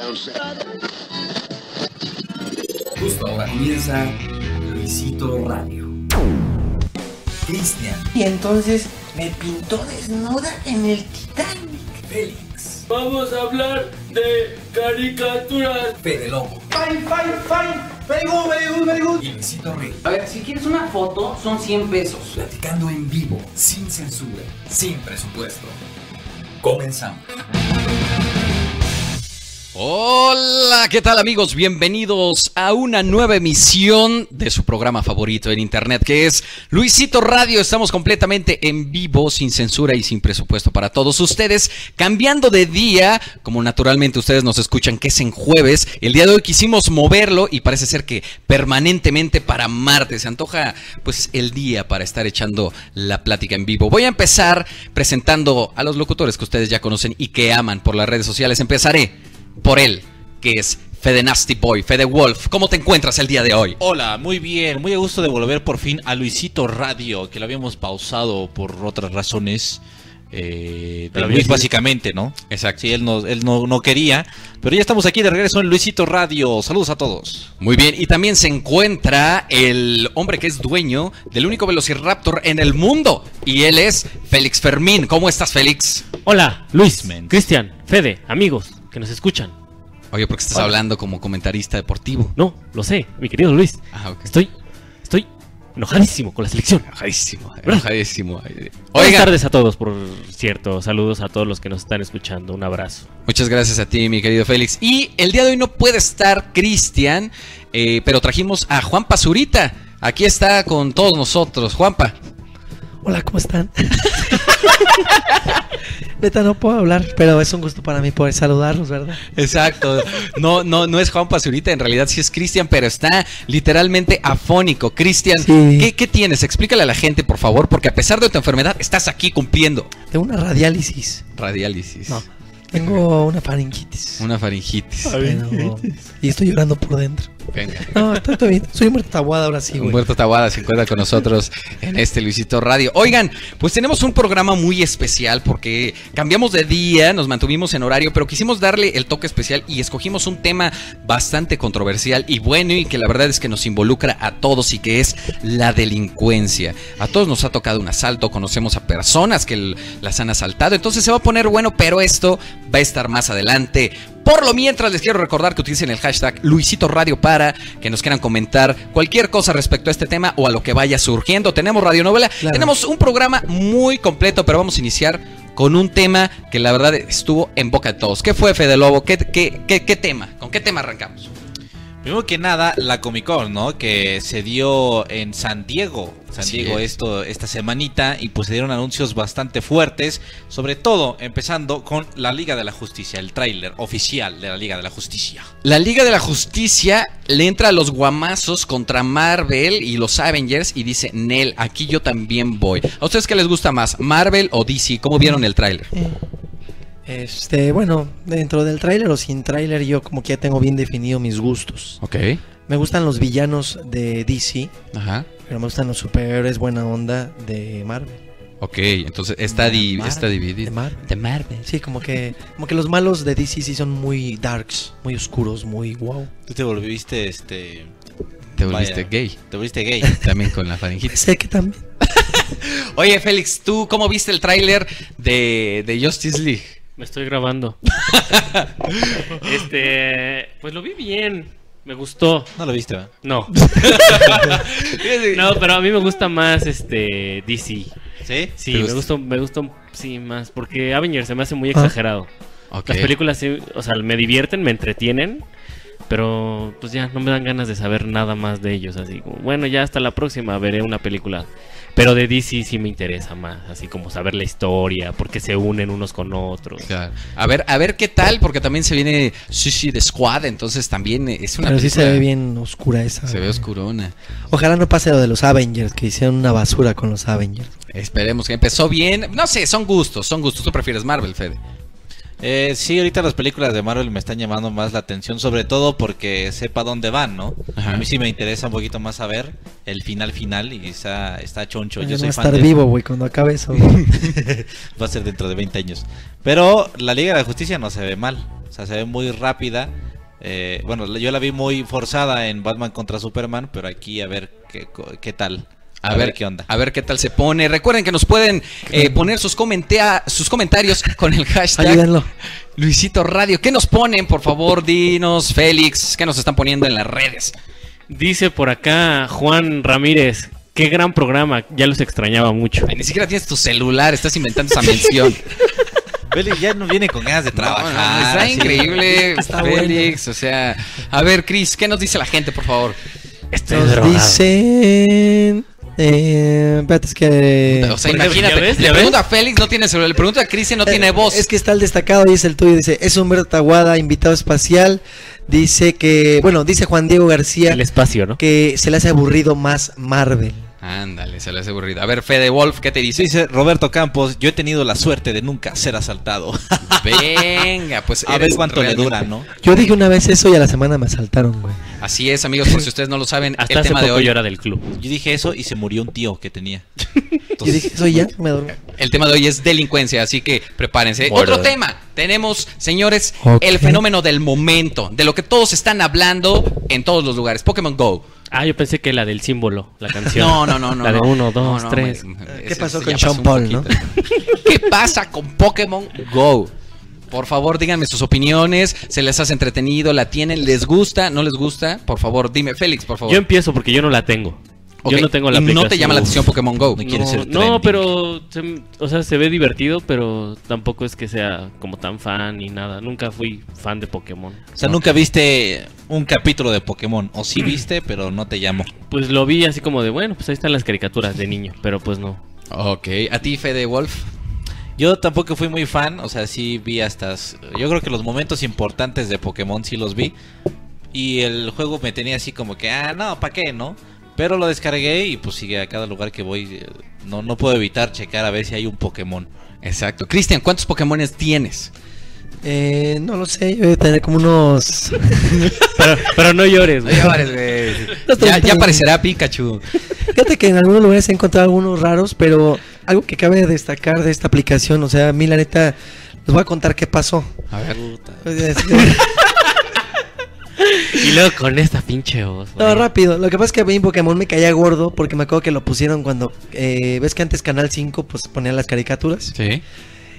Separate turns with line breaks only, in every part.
um
Justo ahora comienza Luisito Radio. Cristian,
Y entonces me pintó desnuda en el Titanic.
Félix,
Vamos a hablar de caricaturas.
Fede Lobo
Fine, fine, fine. Very good, very good, very good.
y Luisito Rey.
A ver, si quieres una foto, son 100 pesos.
Platicando en vivo, sin censura, sin presupuesto. Comenzamos.
Hola, ¿qué tal amigos? Bienvenidos a una nueva emisión de su programa favorito en internet que es Luisito Radio. Estamos completamente en vivo, sin censura y sin presupuesto para todos ustedes. Cambiando de día, como naturalmente ustedes nos escuchan que es en jueves, el día de hoy quisimos moverlo y parece ser que permanentemente para martes. Se antoja pues el día para estar echando la plática en vivo. Voy a empezar presentando a los locutores que ustedes ya conocen y que aman por las redes sociales. Empezaré por él, que es Fede Nasty Boy, Fede Wolf. ¿Cómo te encuentras el día de hoy?
Hola, muy bien, muy a gusto de volver por fin a Luisito Radio, que lo habíamos pausado por otras razones. Eh, de Luis, básicamente, ¿no?
Exacto.
Sí, él, no, él no, no quería, pero ya estamos aquí de regreso en Luisito Radio. Saludos a todos.
Muy bien, y también se encuentra el hombre que es dueño del único velociraptor en el mundo, y él es Félix Fermín. ¿Cómo estás, Félix?
Hola, Luis,
Men.
Cristian, Fede, amigos que nos escuchan.
Oye, porque estás hablando como comentarista deportivo.
No, lo sé, mi querido Luis.
Ah, ok.
Estoy, estoy enojadísimo con la selección.
Enojadísimo,
Bro.
enojadísimo.
Buenas
Oigan,
tardes a todos, por cierto. Saludos a todos los que nos están escuchando. Un abrazo.
Muchas gracias a ti, mi querido Félix. Y el día de hoy no puede estar Cristian, eh, pero trajimos a Juan Pazurita. Aquí está con todos nosotros. Juanpa,
Hola, ¿cómo están? Neta, no puedo hablar, pero es un gusto para mí poder saludarlos, ¿verdad?
Exacto. No, no, no es Juan Pazurita, en realidad sí es Cristian, pero está literalmente afónico. Cristian,
Sí.
¿qué, qué tienes? Explícale a la gente, por favor, porque a pesar de tu enfermedad, estás aquí cumpliendo.
Tengo una radiálisis.
Radiálisis.
No, tengo una faringitis.
Una faringitis.
Pero- Y estoy llorando por dentro.
Venga.
No, está todo bien. Soy muerto tabuada ahora sí, güey.
Humberto Tawada se encuentra con nosotros en este Luisito Radio. Oigan, pues tenemos un programa muy especial porque cambiamos de día, nos mantuvimos en horario, pero quisimos darle el toque especial y escogimos un tema bastante controversial y bueno y que la verdad es que nos involucra a todos y que es la delincuencia. A todos nos ha tocado un asalto, conocemos a personas que l- las han asaltado, entonces se va a poner bueno, pero esto va a estar más adelante. Por lo mientras les quiero recordar que utilicen el hashtag Luisito Radio para que nos quieran comentar cualquier cosa respecto a este tema o a lo que vaya surgiendo. Tenemos radionovela,
Claro.
tenemos un programa muy completo, pero vamos a iniciar con un tema que la verdad estuvo en boca de todos. ¿Qué fue Fede Lobo? ¿Qué, qué, qué- qué tema? ¿Con qué tema arrancamos?
Primero que nada, la Comic Con, ¿no? Que se dio en San Diego. San
Así
Diego
es.
esto, esta semanita y pues se dieron anuncios bastante fuertes, sobre todo empezando con la Liga de la Justicia, el tráiler oficial de la Liga de la Justicia.
La Liga de la Justicia le entra a los guamazos contra Marvel y los Avengers y dice, Nel, aquí yo también voy. ¿A ustedes qué les gusta más, Marvel o DC? ¿Cómo vieron el tráiler?
Eh, Este, bueno, dentro del tráiler o sin tráiler, yo como que ya tengo bien definido mis gustos.
Ok.
Me gustan los villanos de DC,
Ajá.
pero me gustan los superhéroes buena onda de Marvel.
Ok, entonces está, di- está dividido.
De Marvel. Sí, como que, como que los malos de DC sí son muy darks, muy oscuros, muy wow.
Tú te volviste este.
Te volviste
vaya,
gay.
Te volviste gay.
También con la faringitis.
Sé que también.
Oye, Félix, ¿tú cómo viste el tráiler de, de Justice League?
Me estoy grabando. este, pues lo vi bien. Me gustó.
No lo viste, ¿verdad?
No. no, pero a mí me gusta más este DC.
¿Sí?
Sí,
¿Te
me
gusta?
gusta, me gusta sí más porque Avengers se me hace muy
Ah.
exagerado.
Ok.
Las películas sí, o sea, me divierten, me entretienen, pero pues ya no me dan ganas de saber nada más de ellos, así como, bueno, ya hasta la próxima veré una película. Pero de DC sí me interesa más, así como saber la historia, porque se unen unos con otros.
Claro. A ver, a ver qué tal, porque también se viene Suicide Squad, entonces también es una
Pero sí se
película-
ve bien oscura esa.
Se ve
güey.
oscurona.
Ojalá no pase lo de los Avengers, que hicieron una basura con los Avengers.
Esperemos que empezó bien. No sé, son gustos, son gustos. ¿Tú prefieres Marvel, Fede?
Eh, sí, ahorita las películas de Marvel me están llamando más la atención, sobre todo porque sepa dónde van, ¿no?
Ajá.
A mí sí me interesa un poquito más saber el final final y está, está choncho.
Pues
Ay,
Yo
no
soy
va a
fan
estar
de-
vivo, güey, cuando acabe eso. güey.
Va a ser dentro de 20 años. Pero la Liga de la Justicia no se ve mal. O sea, se ve muy rápida. Eh, bueno, yo la vi muy forzada en Batman contra Superman, pero aquí a ver qué, co- qué tal.
A, ver,
qué onda.
A ver qué tal se pone. Recuerden que nos pueden eh, poner sus, comentea- sus comentarios con el hashtag
Ayúdenlo.
Luisito Radio. ¿Qué nos ponen, por favor? Dinos, Félix. ¿Qué nos están poniendo en las redes?
Dice por acá Juan Ramírez, qué gran programa, ya los extrañaba mucho.
Ay, ni siquiera tienes tu celular, estás inventando esa mención.
Félix ya no viene con ganas de trabajar.
No, no, está
así.
increíble,
Está
Félix. O sea, a ver, Chris, ¿qué nos dice la gente, por favor?
Estoy
Nos
drogado.
dicen. Eh, espérate, es que.
O sea,
¿Por qué?
imagínate,
¿Ya ves?
le
¿Ya
pregunto a Félix, no tiene celular, le pregunto a Chris,
Eh,
no tiene voz.
Es que está el destacado, dice el tuyo, dice, es Humberto Aguada, invitado espacial. Dice que, bueno, dice Juan Diego García
El espacio, ¿no?
que se le hace aburrido más Marvel.
Ándale, se le hace aburrido. A ver, Fede Wolf, ¿qué te dice?
Dice Roberto Campos, yo he tenido la suerte de nunca ser asaltado.
Venga, pues
A ver
eres
cuánto le
realmente-
dura, ¿no?
Yo dije una vez eso y a la semana me asaltaron, güey.
Así es, amigos, por si ustedes no lo saben,
Hasta
el
hace
tema
poco
de hoy.
yo era del club.
Yo dije eso y se murió un tío que tenía.
Yo dije eso y ya, me dormí.
El tema de hoy es delincuencia, así que prepárense.
Bueno.
Otro tema. Tenemos, señores,
Ok.
el fenómeno del momento, de lo que todos están hablando en todos los lugares. Pokémon Go.
Ah, yo pensé que la del símbolo, la canción.
No, no, no, no.
La de
no.
uno, dos,
No, no,
tres.
hombre,
Eh,
¿Qué
ese-
pasó
ese
con
ya
Sean
un
Paul, no?
poquito. ¿Qué pasa con Pokémon Go? Por favor, díganme sus opiniones. ¿Se les hace entretenido? ¿La tienen? ¿Les gusta? ¿No les gusta? Por favor, dime, Félix, por favor.
Yo empiezo porque yo no la tengo.
Ok,
Yo no tengo
y
la aplicación.
No te llama la atención Pokémon Go.
No quiere
no,
ser
no,
trending.
pero se m- o sea, se ve divertido, pero tampoco es que sea como tan fan ni nada. Nunca fui fan de Pokémon.
O sea, nunca viste un capítulo de Pokémon. O sí viste, pero no te llamó.
Pues lo vi así como de, bueno, pues ahí están las caricaturas de niño, pero pues no.
Ok, a ti, Fede Wolf.
Yo tampoco fui muy fan, o sea, sí vi hasta... Yo creo que los momentos importantes de Pokémon sí los vi. Y el juego me tenía así como que, ah, no, ¿para qué, no? Pero lo descargué y pues sigue a cada lugar que voy. eh, No, no puedo evitar checar a ver si hay un Pokémon.
Exacto. Cristian, ¿cuántos Pokémones tienes?
Eh, no lo sé, yo voy a tener como unos...
Pero, pero no llores, güey.
ya, ya aparecerá Pikachu.
Fíjate que en algunos lugares he encontrado algunos raros, pero algo que cabe destacar de esta aplicación, o sea, a mí la neta, les voy a contar qué pasó.
A ver.
O sea, es-
Y luego con esta pinche voz.
No,
güey.
rápido. Lo que pasa es que a mí Pokémon me caía gordo porque me acuerdo que lo pusieron cuando... eh, ¿Ves que antes Canal 5 pues ponían las caricaturas?
Sí.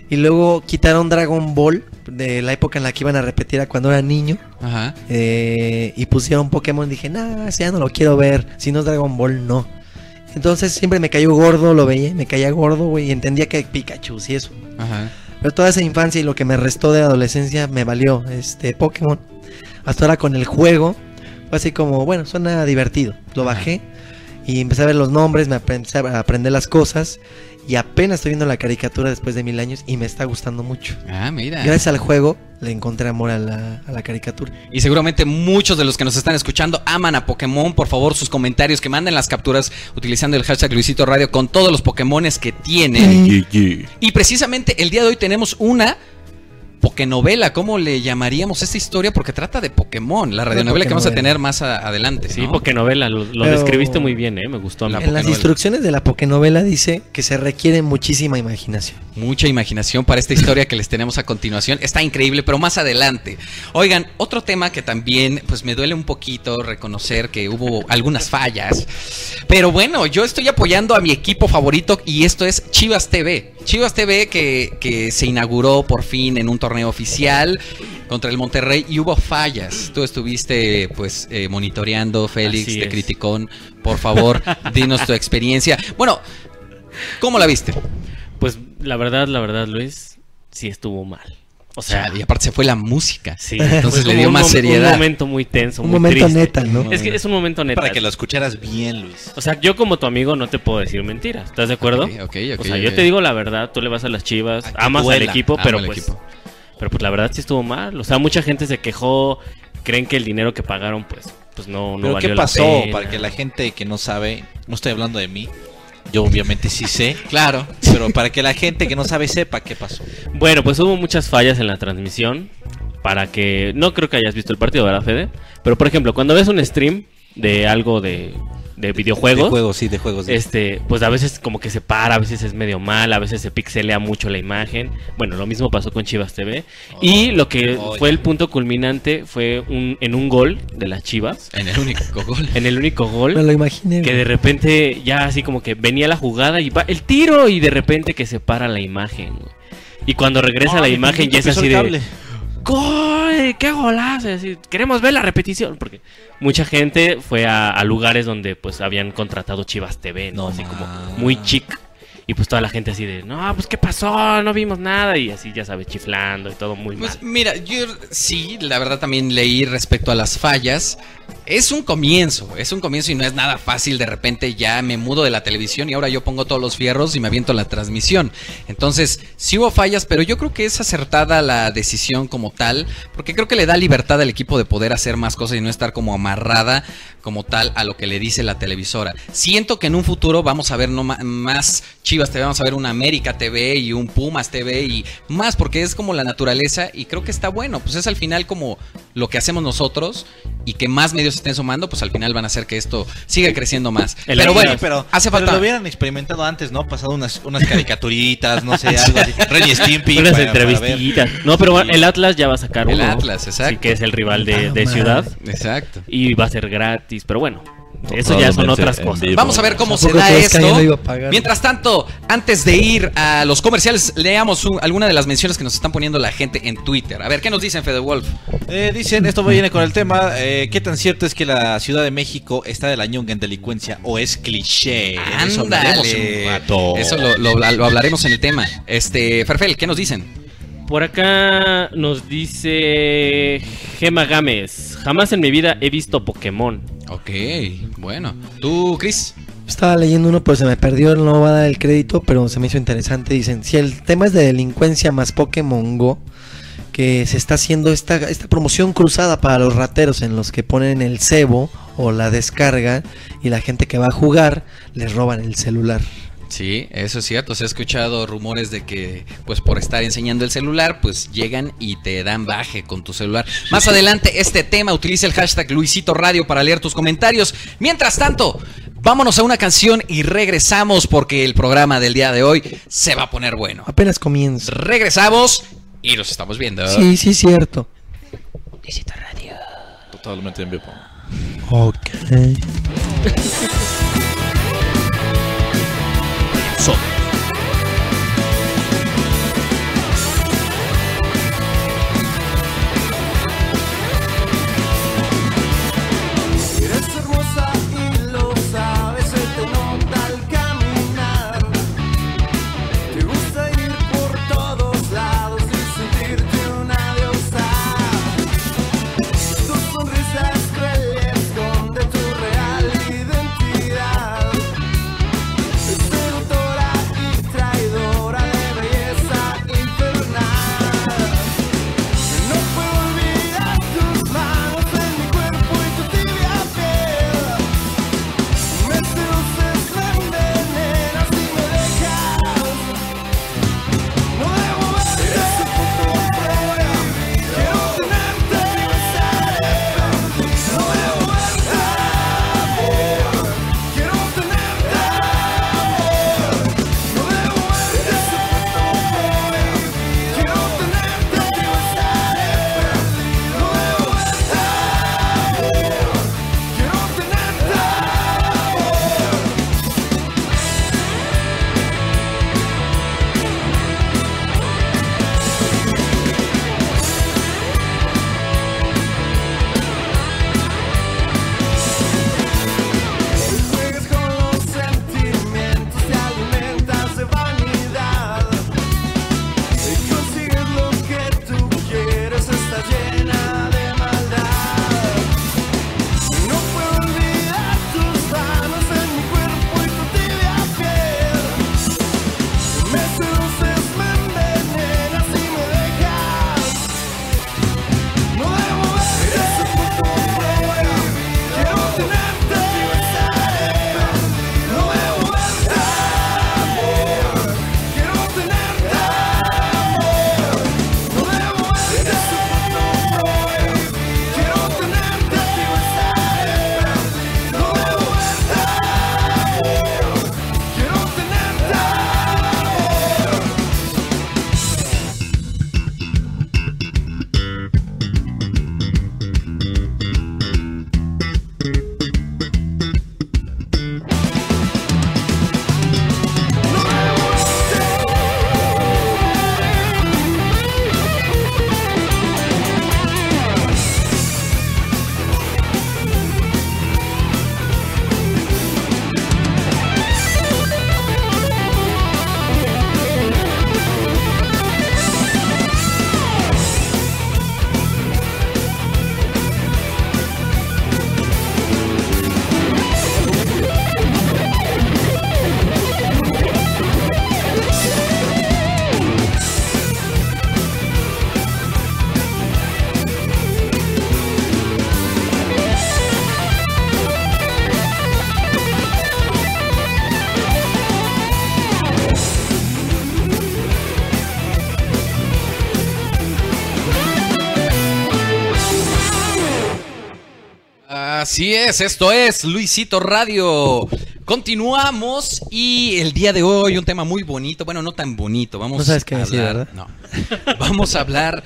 Y luego quitaron Dragon Ball de la época en la que iban a repetir a cuando era niño.
Ajá.
eh, y pusieron Pokémon. Dije, nah, ese ya no lo quiero ver. Si no es Dragon Ball, no. Entonces siempre me cayó gordo, lo veía, y me caía gordo, güey. Y entendía que Pikachu y eso.
Ajá.
Pero toda esa infancia y lo que me restó de adolescencia me valió este Pokémon. Hasta ahora con el juego fue así como, bueno, suena divertido. Lo
Ajá.
bajé y empecé a ver los nombres, me empecé a aprender las cosas y apenas estoy viendo la caricatura después de mil años y me está gustando mucho.
Ah, mira.
Gracias al juego le encontré amor a la, a la caricatura.
Y seguramente muchos de los que nos están escuchando aman a Pokémon. Por favor, sus comentarios que manden las capturas utilizando el hashtag Luisito Radio con todos los Pokémones que tienen. Y precisamente el día de hoy tenemos una Pokenovela, ¿cómo le llamaríamos esta historia? Porque trata de Pokémon, la radionovela que vamos a tener más a- adelante.
Sí,
¿no?
Pokenovela, lo, lo
Pero-
describiste muy bien, ¿eh? Me gustó. a mí.
En las instrucciones de la Pokenovela dice que se requiere muchísima imaginación.
Mucha imaginación para esta historia que les tenemos a continuación. Está increíble, pero más adelante. Oigan, otro tema que también pues me duele un poquito reconocer que hubo algunas fallas. Pero bueno, yo estoy apoyando a mi equipo favorito y esto es Chivas TV. Chivas TV que, que se inauguró por fin en un torneo oficial contra el Monterrey y hubo fallas. Tú estuviste pues eh, monitoreando, Félix,
Así
te
es.
criticón. Por favor, dinos tu experiencia. Bueno, ¿cómo la viste?
Pues la verdad, la verdad, Luis, sí estuvo mal. O sea,
y aparte se fue la música.
Sí,
entonces
fue
le dio
Pues un
más
mom-
seriedad.
Un momento muy tenso,
Un
muy
momento
triste.
neta, ¿no?
Es que es un momento neta.
Para que lo escucharas bien, Luis.
O sea, yo como tu amigo no te puedo decir mentiras, ¿estás de acuerdo?
Ok, ok, ok,
o sea,
ok.
yo te digo la verdad, tú le vas a las Chivas,
que
amas al
duela,
equipo,
amo
pero
al
pues
equipo.
pero pues la verdad sí estuvo mal, o sea, mucha gente se quejó, creen que el dinero que pagaron pues pues no no
¿Pero
valió
qué
la
pasó?
pena.
Para que la gente que no sabe, no estoy hablando de mí. Yo obviamente sí sé,
Claro.
pero para que la gente que no sabe sepa qué pasó.
Bueno, pues hubo muchas fallas en la transmisión para que no creo que hayas visto el partido, ¿verdad, Fede? Pero por ejemplo, cuando ves un stream de algo de de videojuegos,
De juegos, sí, de juegos. de-
este, pues a veces como que se para, a veces es medio mal, a veces se pixelea mucho la imagen. Bueno, lo mismo pasó con Chivas TV. y lo que
oh,
fue el punto culminante fue un, en un gol de las Chivas,
En el único gol.
en el único
Me lo
gol,
imaginé.
que de repente ya así como que venía la jugada y va el tiro y de repente que se para la imagen. güey. Y cuando regresa
Ah,
la
mi
imagen
pinito
ya es
pisó
así
el
de...
cable.
¡Gol! ¡Qué golazo! Así, queremos ver la repetición. Porque mucha gente fue a, a lugares donde pues habían contratado Chivas TV, ¿no?
No
así como
ma.
muy chic. Y pues toda la gente así de, no, pues qué pasó, no vimos nada. Y así, ya sabes, chiflando y todo muy mal.
Pues mira, yo sí, la verdad también leí respecto a las fallas. Es un comienzo, es un comienzo y no es nada fácil. De repente ya me mudo de la televisión y ahora yo pongo todos los fierros y me aviento la transmisión. Entonces, sí hubo fallas, pero yo creo que es acertada la decisión como tal, porque creo que le da libertad al equipo de poder hacer más cosas y no estar como amarrada como tal a lo que le dice la televisora. Siento que en un futuro vamos a ver no ma- más Chivas TV, vamos a ver una América TV y un Pumas TV y más, porque es como la naturaleza y creo que está bueno. Pues es al final como lo que hacemos nosotros y que más medios estén sumando, pues al final van a hacer que esto siga creciendo más.
El
pero
año-
bueno,
Sí, pero
hace
pero
falta.
lo hubieran experimentado antes, ¿no? Pasado unas, unas caricaturitas, no sé, algo así. Ren y Stimpy.
Unas
para- para ver.
entrevistillitas. No, pero
Sí.
el Atlas ya va a sacar
El
uno.
Atlas,
Sí,
exacto.
que es el rival de,
Ah,
de
madre.
Ciudad.
Exacto.
Y va a ser gratis, pero bueno. Eso ya son
Probablemente
otras
en
cosas.
vivo.
Vamos a ver cómo se
Tampoco
da
crees que alguien
esto.
lo iba a pagar.
Mientras tanto, antes de ir a los comerciales, leamos un- alguna de las menciones que nos están poniendo la gente en Twitter. A ver, ¿qué nos dicen Fede Wolf?
Eh, dicen, esto viene con el tema, eh, ¿qué tan cierto es que la Ciudad de México está de la ñonga en delincuencia o es cliché? De eso hablaremos
Ándale.
en un rato.
Eso lo, lo- lo hablaremos en el tema. Este, Ferfel, ¿qué nos dicen?
Por acá nos dice Gema Gámez. Jamás en mi vida he visto Pokémon.
Ok, bueno. ¿Tú, Chris?
Estaba leyendo uno, pero se me perdió, no va a dar el crédito, pero se me hizo interesante. Dicen, si el tema es de delincuencia más Pokémon Go, que se está haciendo esta, esta promoción cruzada para los rateros en los que ponen el cebo o la descarga y la gente que va a jugar les roban el celular.
Sí, eso es cierto. Se ha escuchado rumores de que, pues por estar enseñando el celular, pues llegan y te dan baje con tu celular. Más adelante, este tema, utiliza el hashtag Luisito Radio para leer tus comentarios. Mientras tanto, vámonos a una canción y regresamos porque el programa del día de hoy se va a poner bueno.
Apenas comienza.
Regresamos y los estamos viendo.
Sí, sí, cierto.
Totalmente en vivo.
Ok.
Eres hermosa y lo sabes, se te nota al caminar. Te gusta ir por todos lados y sentirte una diosa. Tu sonrisa es cruel y esconde tu real identidad. Es seductora
Así es, esto es Luisito Radio. Continuamos y el día de hoy un tema muy bonito, bueno, no tan bonito, vamos
No sabes qué
a
decir,
hablar,
¿verdad?
no. Vamos a hablar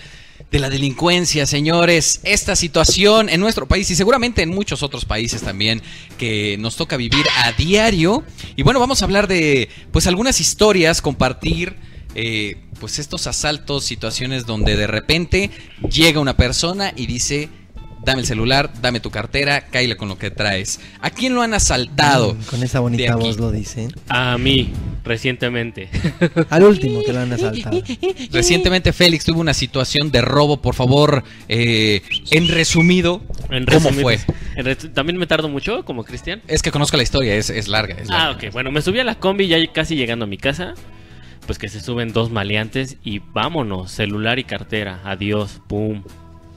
de la delincuencia, señores. Esta situación en nuestro país y seguramente en muchos otros países también que nos toca vivir a diario. Y bueno, vamos a hablar de pues algunas historias, compartir eh, pues estos asaltos, situaciones donde de repente llega una persona y dice, dame el celular, dame tu cartera, cáile con lo que traes. ¿A quién lo han asaltado?
Mm, Con esa bonita voz lo dicen.
A mí, recientemente.
Al último que lo han asaltado.
Recientemente Félix tuvo una situación de robo, por favor, eh, en resumido,
En
¿cómo
resumidas-
fue?
en res- ¿También me tardo mucho como Cristian?
Es que conozco la historia, es, es larga. es larga.
Ah, ok. Bueno, me subí a la combi ya casi llegando a mi casa. Pues que se suben dos maleantes y vámonos, celular y cartera. Adiós, pum.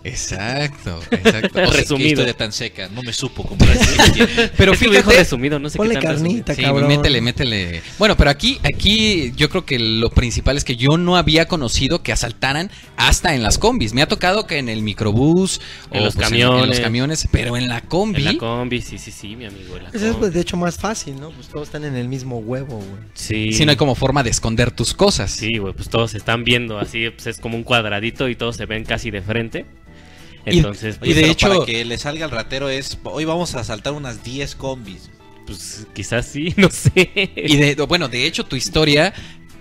Exacto, exacto. O sea,
Qué
resumido.
historia tan seca. No me supo comprar. ese
Pero
Es que lo
fíjate,
dijo resumido, no sé
Ponle
qué tan resumido.
carnita,
Sí,
cabrón.
métele, métele. Bueno, pero aquí, aquí yo creo que lo principal es que yo no había conocido que asaltaran hasta en las combis. Me ha tocado que en el microbús
En los
pues, en los
camiones.
camiones, pero en la combi.
En la combi, sí, sí, sí, mi amigo. en la
Ese es
combi.
pues, de hecho más fácil, ¿no? Pues todos están en el mismo huevo, güey.
Sí.
Si no hay como forma de esconder tus cosas.
Sí, güey, pues todos se están viendo así, pues es como un cuadradito y todos se ven casi de frente.
Y-
Entonces,
y
pues,
de
pero
hecho-
para que le salga al ratero es. Hoy vamos a asaltar unas 10 combis.
pues, quizás sí, no sé.
Y de, bueno, de hecho, tu historia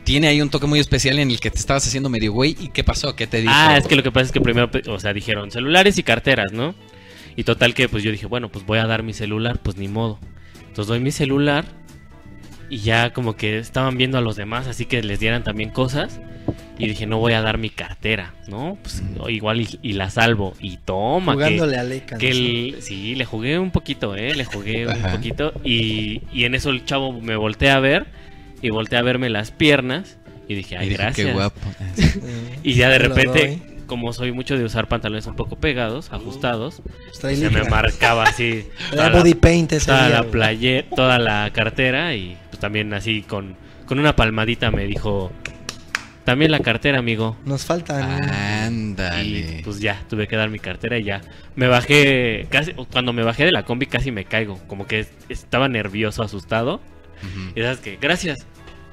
tiene ahí un toque muy especial en el que te estabas haciendo medio güey. ¿Y qué pasó? ¿Qué te dijo?
Ah, es que lo que pasa es que primero, pe- o sea, dijeron celulares y carteras, ¿no? Y total que pues yo dije, bueno, pues voy a dar mi celular, pues ni modo. Entonces doy mi celular y ya como que estaban viendo a los demás, así que les dieran también cosas. Y dije, no voy a dar mi cartera, ¿no? Pues o igual y, y la salvo. Y toma, que-
Jugándole a Leca.
que el- sí, le jugué un poquito, ¿eh? Le jugué
Ajá.
un poquito. Y, y en eso el chavo me voltea a ver y voltea a verme las piernas. Y dije, ay,
Y dije,
gracias.
Qué guapo.
Y ya de
Te lo
repente, como soy mucho de usar pantalones un poco pegados, ajustados,
Trae
se me
licra.
marcaba así
Trae
toda
body
la,
paint ese
toda
día,
la
güey.
playe- toda la cartera y pues también así con, con una palmadita me dijo, también la cartera, amigo.
Nos faltan.
Y
Ándale.
pues ya, tuve que dar mi cartera y ya. Me bajé, casi, cuando me bajé de la combi casi me caigo, como que estaba nervioso, asustado.
Ujú.
Y sabes que, gracias.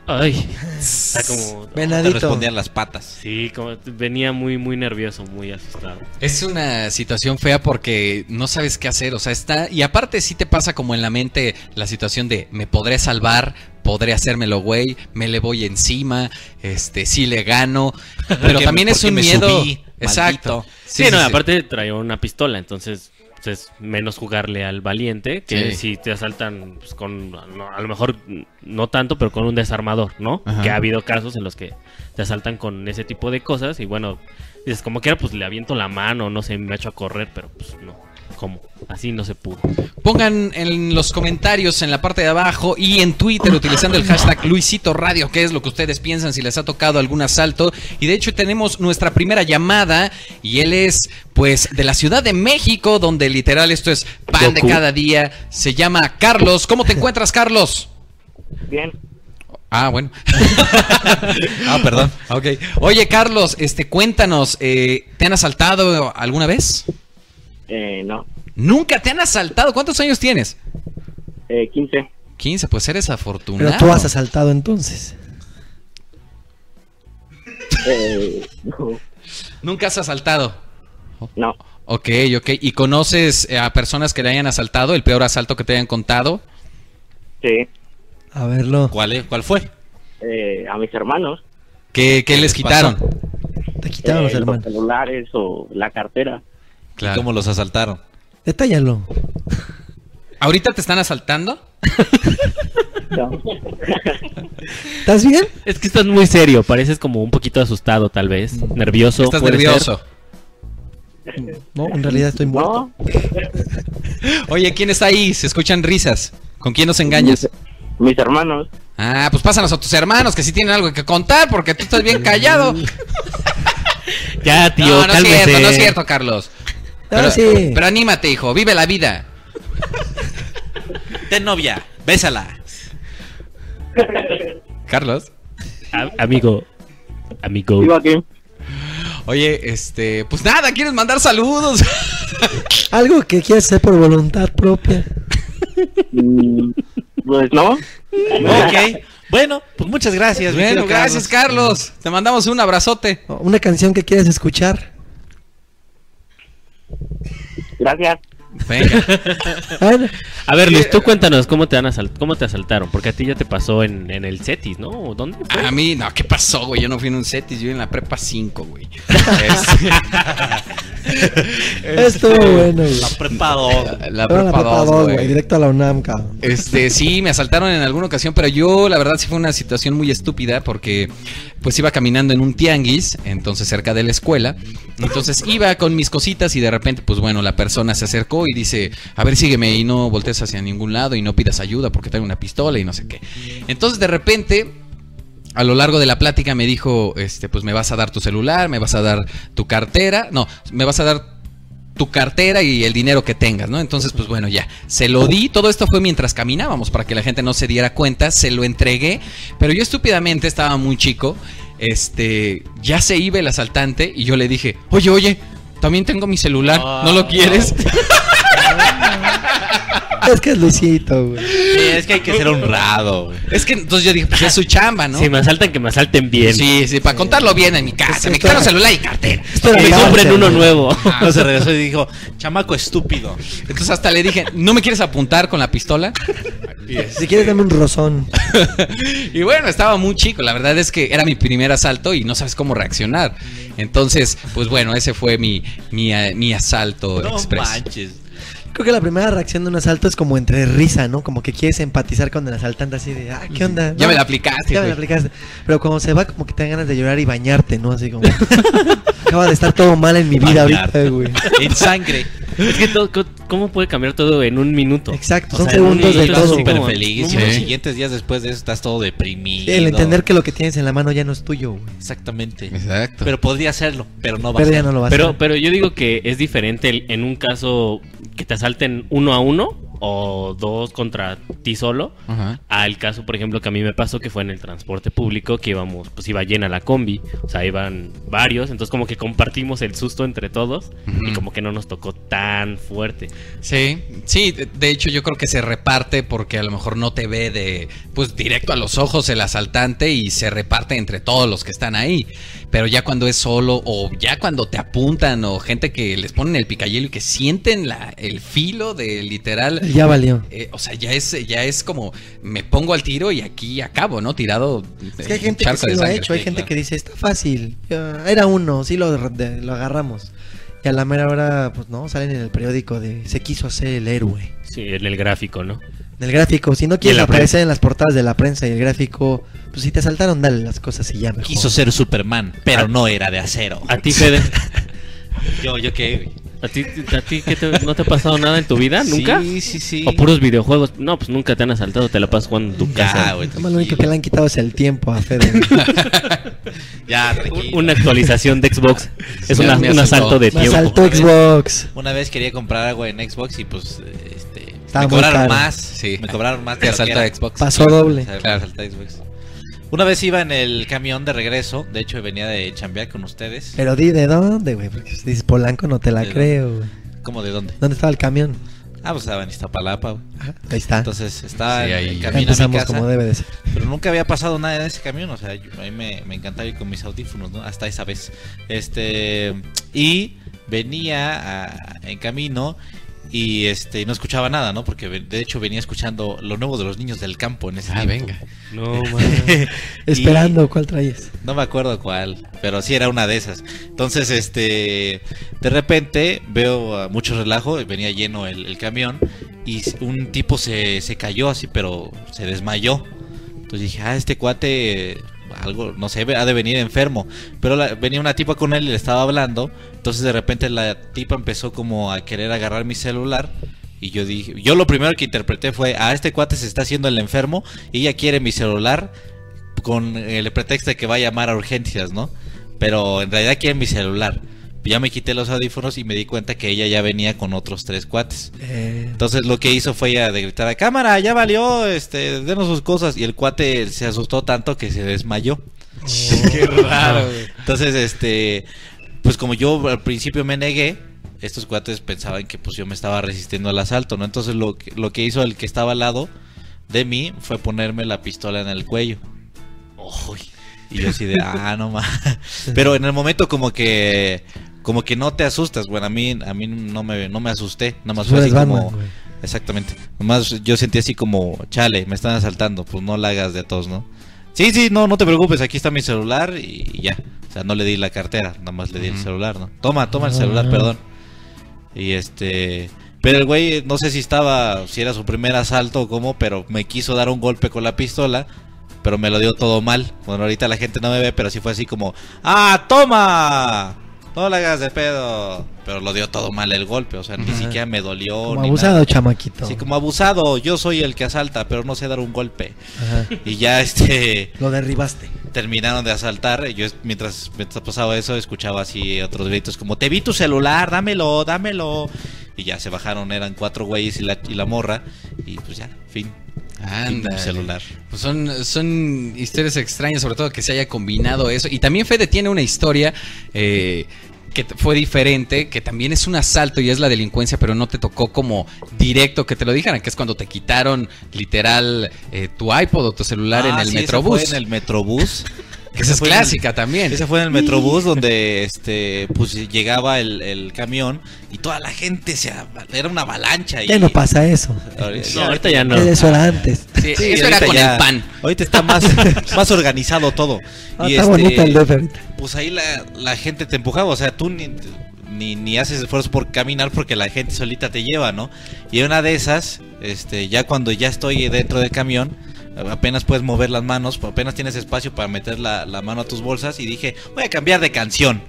Ay, está como...
Te
Venadito.
respondían las patas.
Sí, como venía muy, muy nervioso, muy asustado.
Es una situación fea porque no sabes qué hacer. O sea, está. Y aparte, sí te pasa como en la mente la situación de me podré salvar, podré hacérmelo güey, me le voy encima, este, sí le gano. Pero
qué-
también
por
es
qué
un
me
miedo.
subí,
Exacto.
maldito?
Sí, no, aparte traía una pistola, entonces pues, es menos jugarle al valiente que
Sí.
si te asaltan pues, con, no, a lo mejor mm, no tanto, pero con un desarmador, ¿no?
Ajá.
Que ha habido casos en los que te asaltan con ese tipo de cosas y bueno, dices, como quiera, pues le aviento la mano, no sé, me echo a correr, pero pues no. ¿Cómo? Así no se pudo.
Pongan en los comentarios en la parte de abajo y en Twitter utilizando el hashtag Luisito Radio, qué es lo que ustedes piensan si les ha tocado algún asalto. Y de hecho tenemos nuestra primera llamada y él es pues de la Ciudad de México, donde literal esto es pan de
Goku.
cada día. Se llama Carlos. ¿Cómo te encuentras, Carlos?
Bien,
Ah, bueno. ah, perdón. Ok. Oye, Carlos, este, cuéntanos, eh, ¿te han asaltado alguna vez?
eh, no,
¿Nunca te han asaltado? ¿Cuántos años tienes?
eh, 15,
15, pues eres afortunado.
Pero tú has asaltado entonces.
eh, no,
Nunca has asaltado.
no,
Ok, ok. ¿Y conoces eh, a personas que le hayan asaltado? ¿El peor asalto que te hayan contado?
sí,
A verlo.
¿Cuál, es- ¿Cuál fue?
eh, a mis hermanos,
¿Qué, qué les quitaron?
Te quitaron los
eh, los
hermanos.
celulares o la cartera,
¿Y cómo los asaltaron?
Detállalo.
¿Ahorita te están asaltando?
no,
¿Estás bien?
Es que estás muy serio, pareces como un poquito asustado, tal vez.
Mm.
Nervioso.
¿Estás
puede ser.
nervioso?
No, en realidad estoy muerto.
no,
Oye, ¿quién está ahí? Se escuchan risas. ¿Con quién nos engañas?
mis hermanos,
Ah, pues pásanos a tus hermanos que sí tienen algo que contar porque tú estás bien callado.
Ya, tío,
no, no es
cálmese.
cierto, no es cierto, Carlos. Pero,
sí.
pero anímate, hijo, vive la vida.
Ten novia. Bésala.
Carlos.
A- amigo, amigo.
digo aquí,
Oye, este, pues nada, ¿quieres mandar saludos?
Algo que quieras hacer por voluntad propia.
Pues no.
Ok. Bueno, pues muchas gracias. mi
bueno,
querido
gracias Carlos. Te mandamos un abrazote.
Una canción que quieras escuchar.
Gracias.
Venga.
A ver, Luis, tú cuéntanos cómo te, han asal- cómo te asaltaron. Porque a ti ya te pasó en, en el Cetis, ¿no? ¿O ¿Dónde?
Ah,
A mí, no, ¿qué pasó, güey? Yo no fui en un CETIS, yo iba en la prepa 5, güey. Este-
Estuvo bueno, güey.
La prepa 2. La,
Ahora
prepa
prepa
2,
dos,
güey.
Directo a la UNAM, cabrón.
Este, sí, me asaltaron en alguna ocasión, pero yo, la verdad, sí fue una situación muy estúpida porque, pues, iba caminando en un tianguis, entonces cerca de la escuela. Entonces iba con mis cositas y de repente, pues, bueno, la persona se acercó y dice: A ver, sígueme y no voltees hacia ningún lado y no pidas ayuda porque tengo una pistola y no sé qué. Entonces, de repente, a lo largo de la plática me dijo, este, pues me vas a dar tu celular, me vas a dar tu cartera, no, me vas a dar tu cartera y el dinero que tengas, ¿no? Entonces, pues bueno, ya, se lo di, todo esto fue mientras caminábamos, para que la gente no se diera cuenta, se lo entregué, pero yo estúpidamente estaba muy chico, este, ya se iba el asaltante y yo le dije, oye, oye, también tengo mi celular, ¿no lo quieres?
Es que es Luisito, güey.
Sí, es que hay que ser honrado. güey.
Es que entonces yo dije, pues es su chamba, ¿no?
Si me asaltan, que me asalten bien.
Sí, sí, para contarlo bien en mi casa, me quitaron celular y Ah, cartera.
Espera,
Que me
ya,
compren
ya,
uno
ya.
nuevo.
No se regresó y dijo, chamaco estúpido.
Entonces hasta le dije, ¿no me quieres apuntar con la pistola?
Si quieres, dame un rozón.
Y bueno, estaba muy chico, la verdad es que era mi primer asalto y no sabes cómo reaccionar. Entonces, pues bueno, ese fue mi, mi, eh, mi asalto
No
express.
manches.
Creo que la primera reacción de un asalto es como entre risa, ¿no? Como que quieres empatizar con el asaltante así de, ah, ¿qué onda?
Ya
No,
me la aplicaste,
Ya me
güey.
la aplicaste. Pero cuando se va, como que te dan ganas de llorar y bañarte, ¿no? Así como. Acaba de estar todo mal en mi vida ahorita,
Bañarte.
güey.
En sangre.
Es que todo, co- ¿cómo puede cambiar todo en un minuto?
Exacto,
O
son
sea,
segundos
sí,
del
estás
todo.
súper
güey.
feliz
Sí.
y los siguientes días después de eso estás todo deprimido.
El entender que lo que tienes en la mano ya no es tuyo, güey.
Exactamente.
Exacto.
Pero podría hacerlo, pero no va
Pero
a
ya
ser.
no lo vas a
Pero,
hacer.
pero yo digo que es diferente el- en un caso que te asalten uno a uno o dos contra ti solo.
Ajá.
Al caso, por ejemplo, que a mí me pasó que fue en el transporte público que íbamos, pues iba llena la combi, o sea, iban varios, entonces como que compartimos el susto entre todos y
Ujú.
como que no nos tocó tan fuerte.
Sí, sí, de- de hecho yo creo que se reparte porque a lo mejor no te ve de, pues directo a los ojos el asaltante y se reparte entre todos los que están ahí. Pero ya cuando es solo o ya cuando te apuntan o gente que les ponen el picayelo y que sienten la, el filo de literal
Ya valió.
Eh, o sea, ya es, ya es como me pongo al tiro y aquí acabo, ¿no? Tirado.
Es que hay
eh,
gente que
charco
sí
de
lo ha
sangre.
hecho, hay
Sí,
gente
claro.
que dice, está fácil, ya, era uno, sí lo, de- lo agarramos. Y a la mera hora, pues no, salen en el periódico de se quiso hacer el héroe.
Sí, en el gráfico, ¿no?
Del gráfico, si no
en
quieres
la
aparecer
prensa.
en las portadas de la prensa y el gráfico, pues si te asaltaron, dale las cosas y ya mejor.
Quiso ser Superman, pero no era de acero.
A ti, Fede,
Yo, yo qué, güey.
¿a ti, a ti qué te- no te ha pasado nada en tu vida? ¿Nunca?
Sí, sí, sí.
¿O puros videojuegos? No, pues nunca te han asaltado, te la pasas jugando en tu casa.
Ya, güey.
Nada más lo único que le
tranquilo.
han quitado es el tiempo a Fede.
Ya,
Un-
tranquilo.
Una actualización de Xbox. Es
Sí,
una-
me
un
asaltó.
asalto de
Me
tiempo.
asaltó Xbox.
Una vez quería comprar algo en Xbox y pues eh, este
Estaba
me
muy
cobraron
caro.
más,
Sí.
me cobraron más
Te
de lo que
asalta
era.
Xbox.
Pasó doble.
O sea,
Claro.
me asalta Xbox. Una vez iba en el camión de regreso, de hecho venía de chambear con ustedes.
Pero di de dónde, güey, porque si dices Polanco no te la
¿De
creo, güey.
¿Cómo de dónde?
¿Dónde estaba el camión?
Ah, pues estaba en Iztapalapa. güey.
Ajá, ahí está.
Entonces estaba
Sí,
en
ahí-
el
ahí
camino a mi
Empezamos
casa,
como debe de ser.
Pero nunca había pasado nada en ese camión, o sea, yo- a mí me, me encantaba ir con mis audífonos, ¿no? Hasta esa vez. Este, y venía a- en camino y este no escuchaba nada, ¿no? Porque ve- de hecho venía escuchando lo nuevo de los niños del campo en ese
Ah,
tiempo.
venga.
No, man.
Y
Esperando, ¿cuál traías?
Pues, no me acuerdo cuál, pero sí era una de esas. Entonces, este, de repente veo a mucho relajo, y venía lleno el, el camión y s- un tipo se, se cayó así, pero se desmayó. Entonces dije, ah, este cuate, eh, algo, no sé, ha de venir enfermo. Pero la- venía una tipa con él y le estaba hablando. Entonces de repente la tipa empezó como a querer agarrar mi celular. Y yo dije, yo lo primero que interpreté fue, ah, este cuate se está haciendo el enfermo y ella quiere mi celular con el pretexto de que va a llamar a urgencias, ¿no? Pero en realidad quiere mi celular. Ya me quité los audífonos y me di cuenta que ella ya venía con otros tres cuates.
Eh,
Entonces lo que hizo fue ya de gritar a cámara, ya valió, este, denos sus cosas. Y el cuate se asustó tanto que se desmayó.
Qué raro, güey.
Entonces, este, pues como yo al principio me negué, estos cuates pensaban que pues yo me estaba resistiendo al asalto, ¿no? Entonces lo, que- lo que hizo el que estaba al lado de mí fue ponerme la pistola en el cuello. Uy. Y yo así de, ah, no más. Pero en el momento como que como que no te asustas, bueno, a mí a mí no me no me asusté, nada más
Tú
fue así
eres Batman,
como
güey.
exactamente. Nomás yo sentí así como, chale, me están asaltando, pues no la hagas de a todos, ¿no? Sí, sí, no, no te preocupes, aquí está mi celular y y ya. O sea, no le di la cartera, nada más le di el celular, ¿no? Toma, toma el celular,
Ah.
perdón. Y este. Pero el güey, no sé si estaba, si era su primer asalto o cómo, pero me quiso dar un golpe con la pistola, pero me lo dio todo mal. Bueno, ahorita la gente no me ve, pero sí fue así como, ¡ah,
Ah.
toma! No la hagas de pedo. Pero lo dio todo mal el golpe, o sea, ni siquiera me dolió.
Como
ni
abusado,
nada.
chamaquito.
Sí, como abusado, yo soy el que asalta, pero no sé dar un golpe.
Ajá.
Y ya este.
Lo derribaste.
Terminaron de asaltar. y Yo mientras, mientras pasaba eso, escuchaba así otros gritos como: Te vi tu celular, dámelo, dámelo. Y ya se bajaron, eran cuatro güeyes y la, y la morra. Y pues ya, fin. Fin de mi
Ándale.
celular.
Pues son, son historias extrañas, sobre todo que se haya combinado eso. Y también Fede tiene una historia eh, que t- fue diferente, que también es un asalto y es la delincuencia, pero no te tocó como directo que te lo dijeran, que es cuando te quitaron literal eh, tu iPod o tu celular en
Ah,
el
sí, esa
Metrobús.
fue en el Metrobús.
Que esa es
fue en el-
clásica también.
Esa fue en el Metrobús donde este pues llegaba el, el camión y toda la gente se a- era una avalancha y
Ya no pasa eso.
No, ahorita ya no.
Eso era antes.
Sí, eso era
ahorita
con
ya-
el pan.
Ahorita está más, más organizado todo.
Ah, está bonito el DF ahorita.
Pues ahí la, la gente te empujaba, o sea, tú ni, ni, ni haces esfuerzo por caminar porque la gente solita te lleva, ¿no? Y en una de esas, este, ya cuando ya estoy dentro del camión, apenas puedes mover las manos, apenas tienes espacio para meter la, la mano a tus bolsas y dije, voy a cambiar de canción.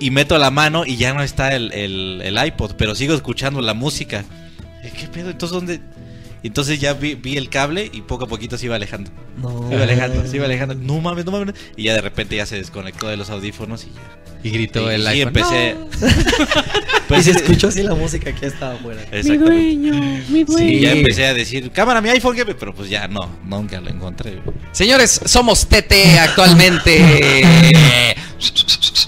Y meto la mano y ya no está el, el- el iPod, pero sigo escuchando la música. Eh, ¿Qué pedo? Entonces, ¿dónde? Entonces ya vi, vi el cable y poco a poquito se iba alejando.
No.
Se iba alejando, se iba alejando. No mames, no mames. Y ya de repente ya se desconectó de los audífonos y ya.
Y gritó
Y-
el
y
iPhone,
empecé.
"No".
Pues,
y se
eh,
escuchó así la música que estaba afuera.
Exactamente.
mi dueño.
Sí, ya empecé a decir, cámara, mi iPhone, ¿qué me-?" pero pues ya no, nunca lo encontré.
Señores, somos TT actualmente. Eh,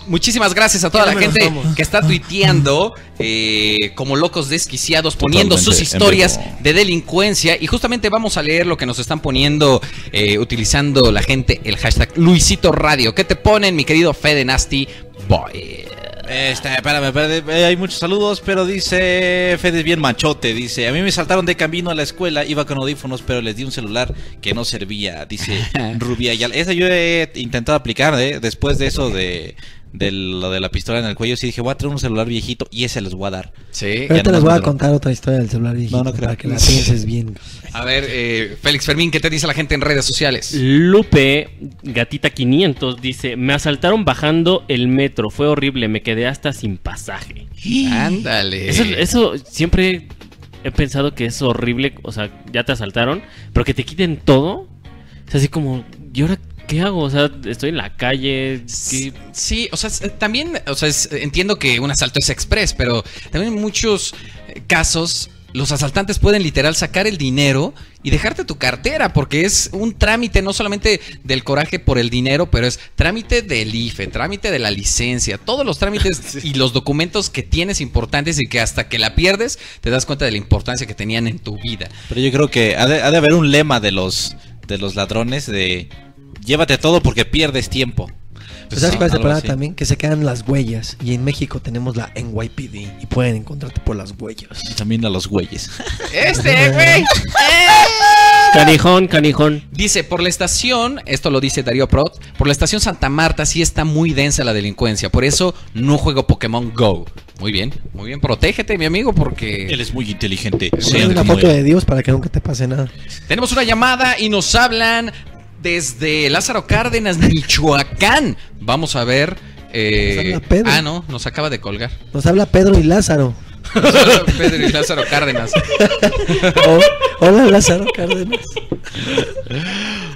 Muchísimas gracias a toda
Ya
la
me nos
gente
vamos.
que está tuiteando eh, como locos desquiciados, poniendo sus
Totalmente,
historias
en
de delincuencia. Y justamente vamos a leer lo que nos están poniendo eh, utilizando la gente el hashtag Luisito Radio. ¿Qué te ponen, mi querido Fede Nasty Boy?
Este, espérame, espérame, eh, hay muchos saludos, pero dice Fede es bien machote, dice, a mí me saltaron de camino a la escuela, iba con audífonos, pero les di un celular que no servía, dice Rubia Ayala. Esa yo he intentado aplicar, eh, después de eso de, de lo de la pistola en el cuello, sí dije, voy a traer un celular viejito y ese les voy a dar.
Sí.
Ahorita les voy a contar otra historia del celular viejito
no creo.
para que la pienses bien.
A ver, eh, Félix Fermín, ¿qué te dice la gente en redes sociales?
Lupe, gatita 500, dice, me asaltaron bajando el metro, fue horrible, me quedé hasta sin pasaje.
Ándale.
Eso, eso siempre he pensado que es horrible, o sea, ya te asaltaron, pero que te quiten todo, es así como, ¿y ahora qué hago? O sea, estoy en la calle, ¿qué-
Sí, o sea, es- eh, también, o sea, es- eh, entiendo que un asalto es express, pero también en muchos eh, casos los asaltantes pueden literal sacar el dinero y dejarte tu cartera, porque es un trámite no solamente del coraje por el dinero, pero es trámite del IFE, trámite de la licencia, todos los trámites y los documentos que tienes importantes y que hasta que la pierdes te das cuenta de la importancia que tenían en tu vida.
Pero yo creo que ha de, ha de haber un lema de los, de los ladrones de, llévate todo porque pierdes tiempo.
Pues, ¿Sabes cuál es el
Algo
problema
así.
también? Que se quedan las huellas. Y en México tenemos la NYPD y pueden encontrarte por las huellas.
Y también a los güeyes.
Este, güey. Eh,
Canijón, canijón.
Dice, por la estación, esto lo dice Darío Prot, por la estación Santa Marta sí está muy densa la delincuencia, por eso no juego Pokémon Go. Muy bien, muy bien, protégete, mi amigo, porque...
Él es muy inteligente.
Ponle una foto de Dios para que nunca te pase nada.
Tenemos una llamada y nos hablan desde Lázaro Cárdenas, Michoacán. Vamos a ver... eh,
Nos habla Pedro.
ah, no, nos acaba de colgar.
Nos habla Pedro y Lázaro.
Nos habla Pedro y Lázaro Cárdenas.
Oh, hola Lázaro Cárdenas.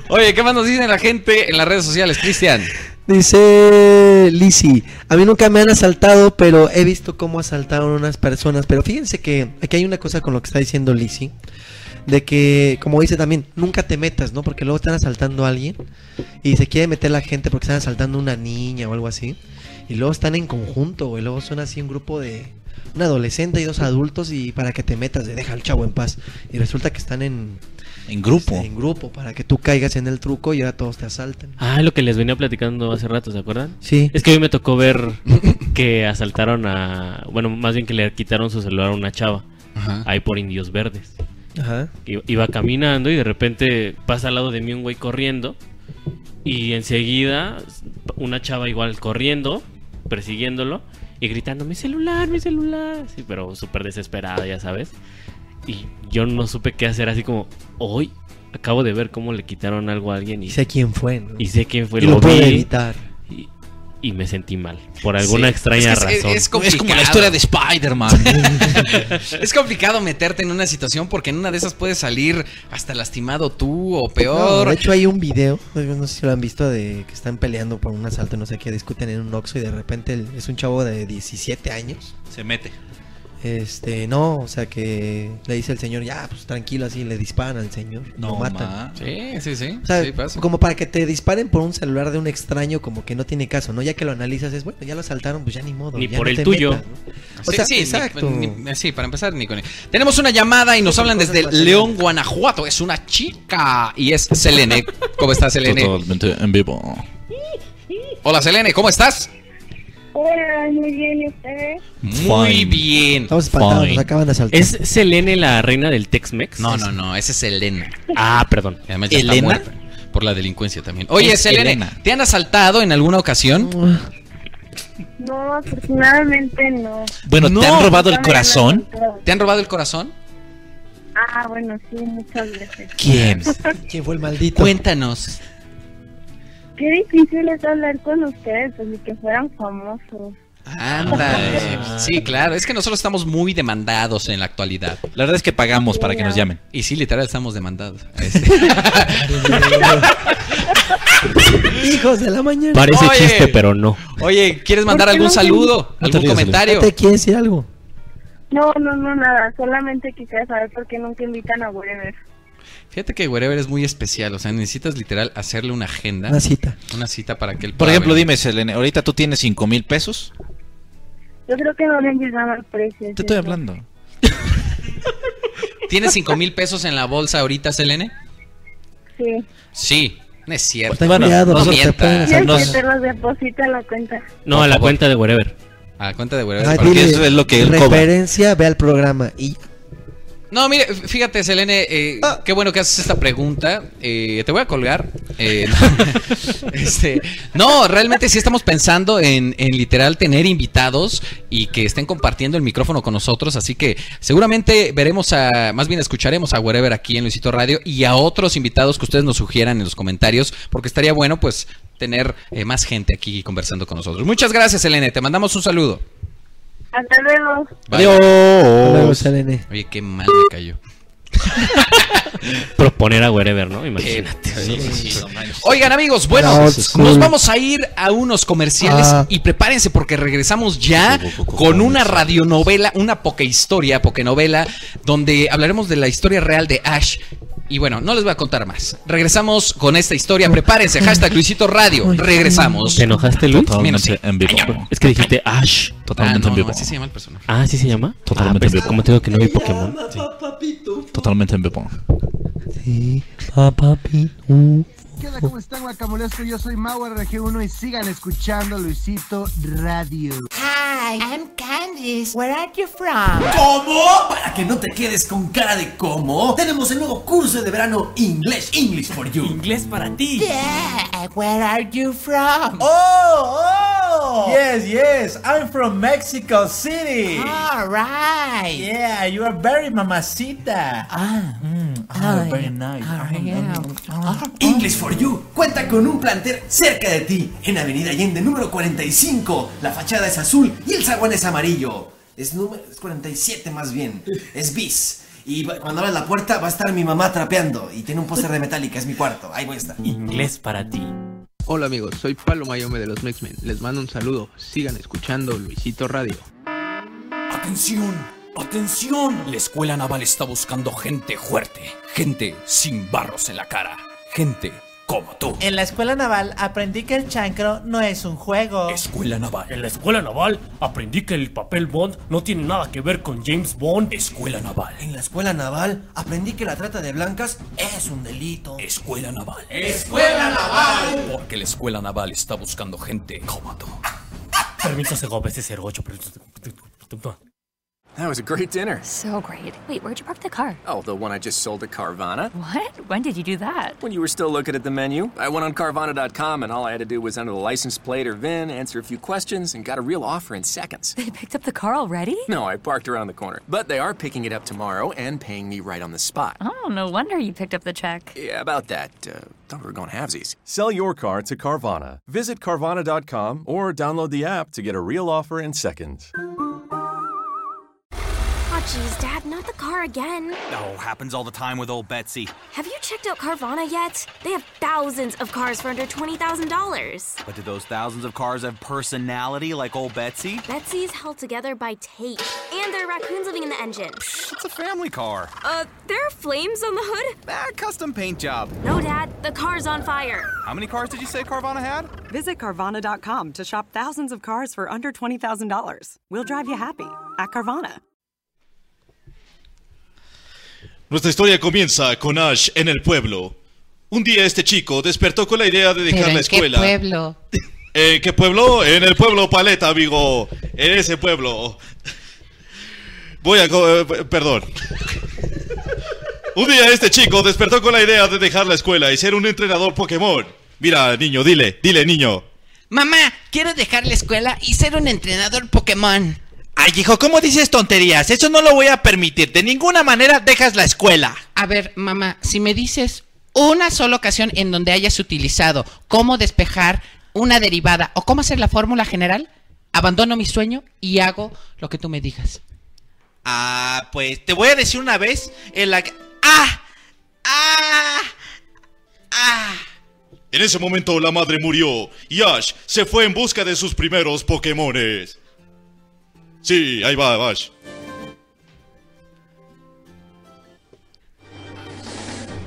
Oye, ¿qué más nos dicen la gente en las redes sociales, Cristian?
Dice Lisi, a mí nunca me han asaltado, pero he visto cómo asaltaron unas personas. Pero fíjense que aquí hay una cosa con lo que está diciendo Lisi, de que, como dice también, nunca te metas, ¿no? Porque luego están asaltando a alguien y se quiere meter la gente porque están asaltando a una niña o algo así. Y luego están en conjunto, güey. Luego son así un grupo de un adolescente y dos adultos y para que te metas, de deja al chavo en paz. Y resulta que están en...
En grupo.
este, en grupo, para que tú caigas en el truco y ahora todos te asalten.
Ah, lo que les venía platicando hace rato, ¿se acuerdan?
Sí.
Es que a mí me tocó ver que asaltaron a. Bueno, más bien que le quitaron su celular a una chava.
Ajá.
Ahí por Indios Verdes.
Ajá.
I- Iba caminando y de repente pasa al lado de mí un güey corriendo. Y enseguida una chava igual corriendo, persiguiéndolo y gritando: Mi celular, mi celular. Sí, pero súper desesperada, ya sabes. Y yo no supe qué hacer, así como: Hoy acabo de ver cómo le quitaron algo a alguien. Y
Sé quién fue, ¿no?
Y sé quién fue.
Y lo pude
vi
evitar.
Y, y me sentí mal. Por alguna extraña
Es que es-
razón.
Es, complicado.
como la historia de Spider-Man.
es complicado meterte en una situación porque en una de esas puedes salir hasta lastimado tú o peor.
No, de hecho hay un video, no sé si lo han visto, de que están peleando por un asalto, no sé qué, discuten en un Oxxo y de repente el- es un chavo de 17 años.
Se mete.
Este, no, o sea que le dice el señor, ya, pues tranquilo, así le disparan al señor, lo matan.
ma. Sí, sí, sí.
O sea,
sí, pasa.
como para que te disparen por un celular de un extraño, como que no tiene caso, ¿no? Ya que lo analizas, es bueno, ya lo asaltaron, pues ya ni modo.
Ni
ya
por
no
el
te
tuyo.
metas, ¿no? O
Sí,
sea,
sí, ni-
exacto.
ni- sí, para empezar, ni con él. Tenemos una llamada y nos hablan desde León, Guanajuato. Es una chica y es Selene. ¿Cómo estás, Selene?
Totalmente en vivo.
Hola, Selene, ¿cómo estás?
Hola, muy bien, ¿y ustedes?
Muy bien.
Estamos espantados, nos acaban de asaltar.
¿Es Selene la reina del Tex-Mex?
No, no, no, ese es Selena.
Ah, perdón.
Además, ya está
¿Elena?
muerta por la delincuencia también. Oye,
Es
Selene,
Elena.
¿te han asaltado en alguna ocasión?
No, afortunadamente no.
Bueno, ¿te han robado el
No,
corazón?
¿Te han robado el corazón?
Ah, bueno, sí, muchas veces.
¿Quién?
¿Quién fue el maldito?
Cuéntanos.
Qué difícil es hablar con ustedes, pues ni que fueran famosos.
Anda.
Ah.
Sí, claro. Es que nosotros estamos muy demandados en la actualidad.
La verdad es que pagamos para que nos llamen.
Y sí, literal, estamos demandados. Este-
Hijos de la mañana.
Parece
Oye.
chiste, pero no.
Oye, ¿quieres mandar
¿Por qué
algún
no?
saludo?
No te
¿Algún
rías,
comentario?
¿No ¿Te quiere decir algo?
No, no, no, nada. Solamente quisiera saber por qué nunca invitan a Wherever.
Fíjate que Wherever es muy especial. O sea, necesitas literal hacerle una agenda.
Una cita.
Una cita para que él
Por
pueda
ejemplo,
venir.
dime, Selene, ahorita tú tienes 5 mil pesos.
Yo creo que no le han llegado al precio.
Te estoy hablando.
¿Tienes cinco mil pesos en la bolsa ahorita, Selene?
Sí.
Sí. No es cierto.
Pues
Ten cuidado,
no
nosotros te pueden
mientas.
asaltar.
Tienes
nos-
que te los deposita a la cuenta.
No, a la cuenta de Wherever.
A la Ah, cuenta de
Ay,
Wherever.
porque
dile,
eso es lo que él cobra.
referencia, ve al programa y
No, mire, fíjate, Selene, eh, qué bueno que haces esta pregunta. Eh, te voy a colgar. Eh, no, este, no, realmente sí estamos pensando en, en literal tener invitados y que estén compartiendo el micrófono con nosotros. Así que seguramente veremos a, más bien escucharemos a Wherever aquí en Luisito Radio y a otros invitados que ustedes nos sugieran en los comentarios, porque estaría bueno, pues, tener eh, más gente aquí conversando con nosotros. Muchas gracias, Selene. Te mandamos un saludo.
Hasta luego.
Bye.
luego Selene.
Oye, qué mal me cayó.
Proponer a Wherever, ¿no? Imagínate.
Oigan amigos, bueno,
Old school.
nos vamos a ir a unos comerciales
Ah.
y prepárense porque regresamos ya con una radionovela, una pokehistoria, pokenovela, donde hablaremos de la historia real de Ash. Y bueno, no les voy a contar más. Regresamos con esta historia, prepárense, hashtag Luisito Radio, regresamos.
¿Te enojaste, Luis?
Menos sí.
en vivo.
Es que dijiste Ash.
Ah,
Totalmente
no,
en
no,
vivo.
así se llama el personaje.
Ah, ¿sí se llama?
Totalmente
Ah, pues,
vivo.
como te digo que no vi Pokémon.
Totalmente en vivo.
Sí, papá Pitu.
¿Qué onda? ¿Cómo están, guacamolesco? Yo soy Mau RG1 y sigan escuchando Luisito Radio.
Hi, I'm Candice. Where are you from?
¿Cómo? Para que no te quedes con cara de cómo, tenemos el nuevo curso de verano English, English for You. Inglés para ti.
Yeah, where are you from?
Oh, oh! Yes, yes, I'm from Mexico City.
All right.
Yeah, you are very mamacita. Ah,
Ah,
very nice.
ah,
Ah.
yeah.
English for You cuenta con un plantel cerca de ti, en Avenida Allende número 45. La fachada es azul y el zaguán es amarillo. Es número es 47 más bien. Es bis. Y va- cuando abras la puerta va a estar mi mamá trapeando y tiene un póster de Metallica, es mi cuarto. Ahí voy a estar.
Inglés para ti. Hola amigos, soy Palo Mayome de los Mexmen. Les mando un saludo. Sigan escuchando Luisito Radio.
¡Atención! ¡Atención! La escuela naval está buscando gente fuerte, gente sin barros en la cara, gente como tú.
En la escuela naval aprendí que el chancro no es un juego.
Escuela Naval. En la Escuela Naval aprendí que el papel Bond no tiene nada que ver con James Bond. Escuela Naval.
En la escuela naval aprendí que la trata de blancas es un delito.
Escuela Naval.
¡Escuela Naval!
Porque la Escuela Naval está buscando gente como tú. Permiso Segovia, ese 08. permiso-
That was a great dinner.
So great. Wait, where'd you park the car?
Oh, the one I just sold at Carvana?
What? When did you do that?
When you were still looking at the menu, I went on Carvana.com and all I had to do was enter the license plate or VIN, answer a few questions, and got a real offer in seconds.
They picked up the car already?
No, I parked around the corner. But they are picking it up tomorrow and paying me right on the spot.
Oh, no wonder you picked up the check.
Yeah, about that. Uh, thought we were going halvesies.
Sell your car to Carvana. Visit Carvana.com or download the app to get a real offer in seconds.
Aw, jeez, Oh, Dad, not the car again.
Oh, happens all the time with old Betsy.
Have you checked out Carvana yet? They have thousands of cars for under $20,000.
But do those thousands of cars have personality like old Betsy?
Betsy's held together by tape, and there are raccoons living in the engine.
It's a family car.
Uh, there are flames on the hood?
Ah, custom paint job.
No, Dad, the car's on fire.
How many cars did you say Carvana had?
Visit Carvana.com to shop thousands of cars for under $20,000. We'll drive you happy at Carvana.
Nuestra historia comienza con Ash en el pueblo. Un día este chico despertó con la idea de dejar
Pero
la
¿en qué
escuela.
pueblo?
¿En qué pueblo? En el pueblo Paleta, amigo. En ese pueblo. Voy a... co- eh, p- Perdón. Un día este chico despertó con la idea de dejar la escuela y ser un entrenador Pokémon. Mira, niño, dile, dile, niño.
Mamá, quiero dejar la escuela y ser un entrenador Pokémon.
Ay, hijo, ¿cómo dices tonterías? Eso no lo voy a permitir. De ninguna manera dejas la escuela.
A ver, mamá, si me dices una sola ocasión en donde hayas utilizado cómo despejar una derivada o cómo hacer la fórmula general, abandono mi sueño y hago lo que tú me digas.
Ah, pues te voy a decir una vez en la que... ¡Ah! ¡Ah!
En ese momento la madre murió y Ash se fue en busca de sus primeros Pokémones. Sí, ahí va Ash.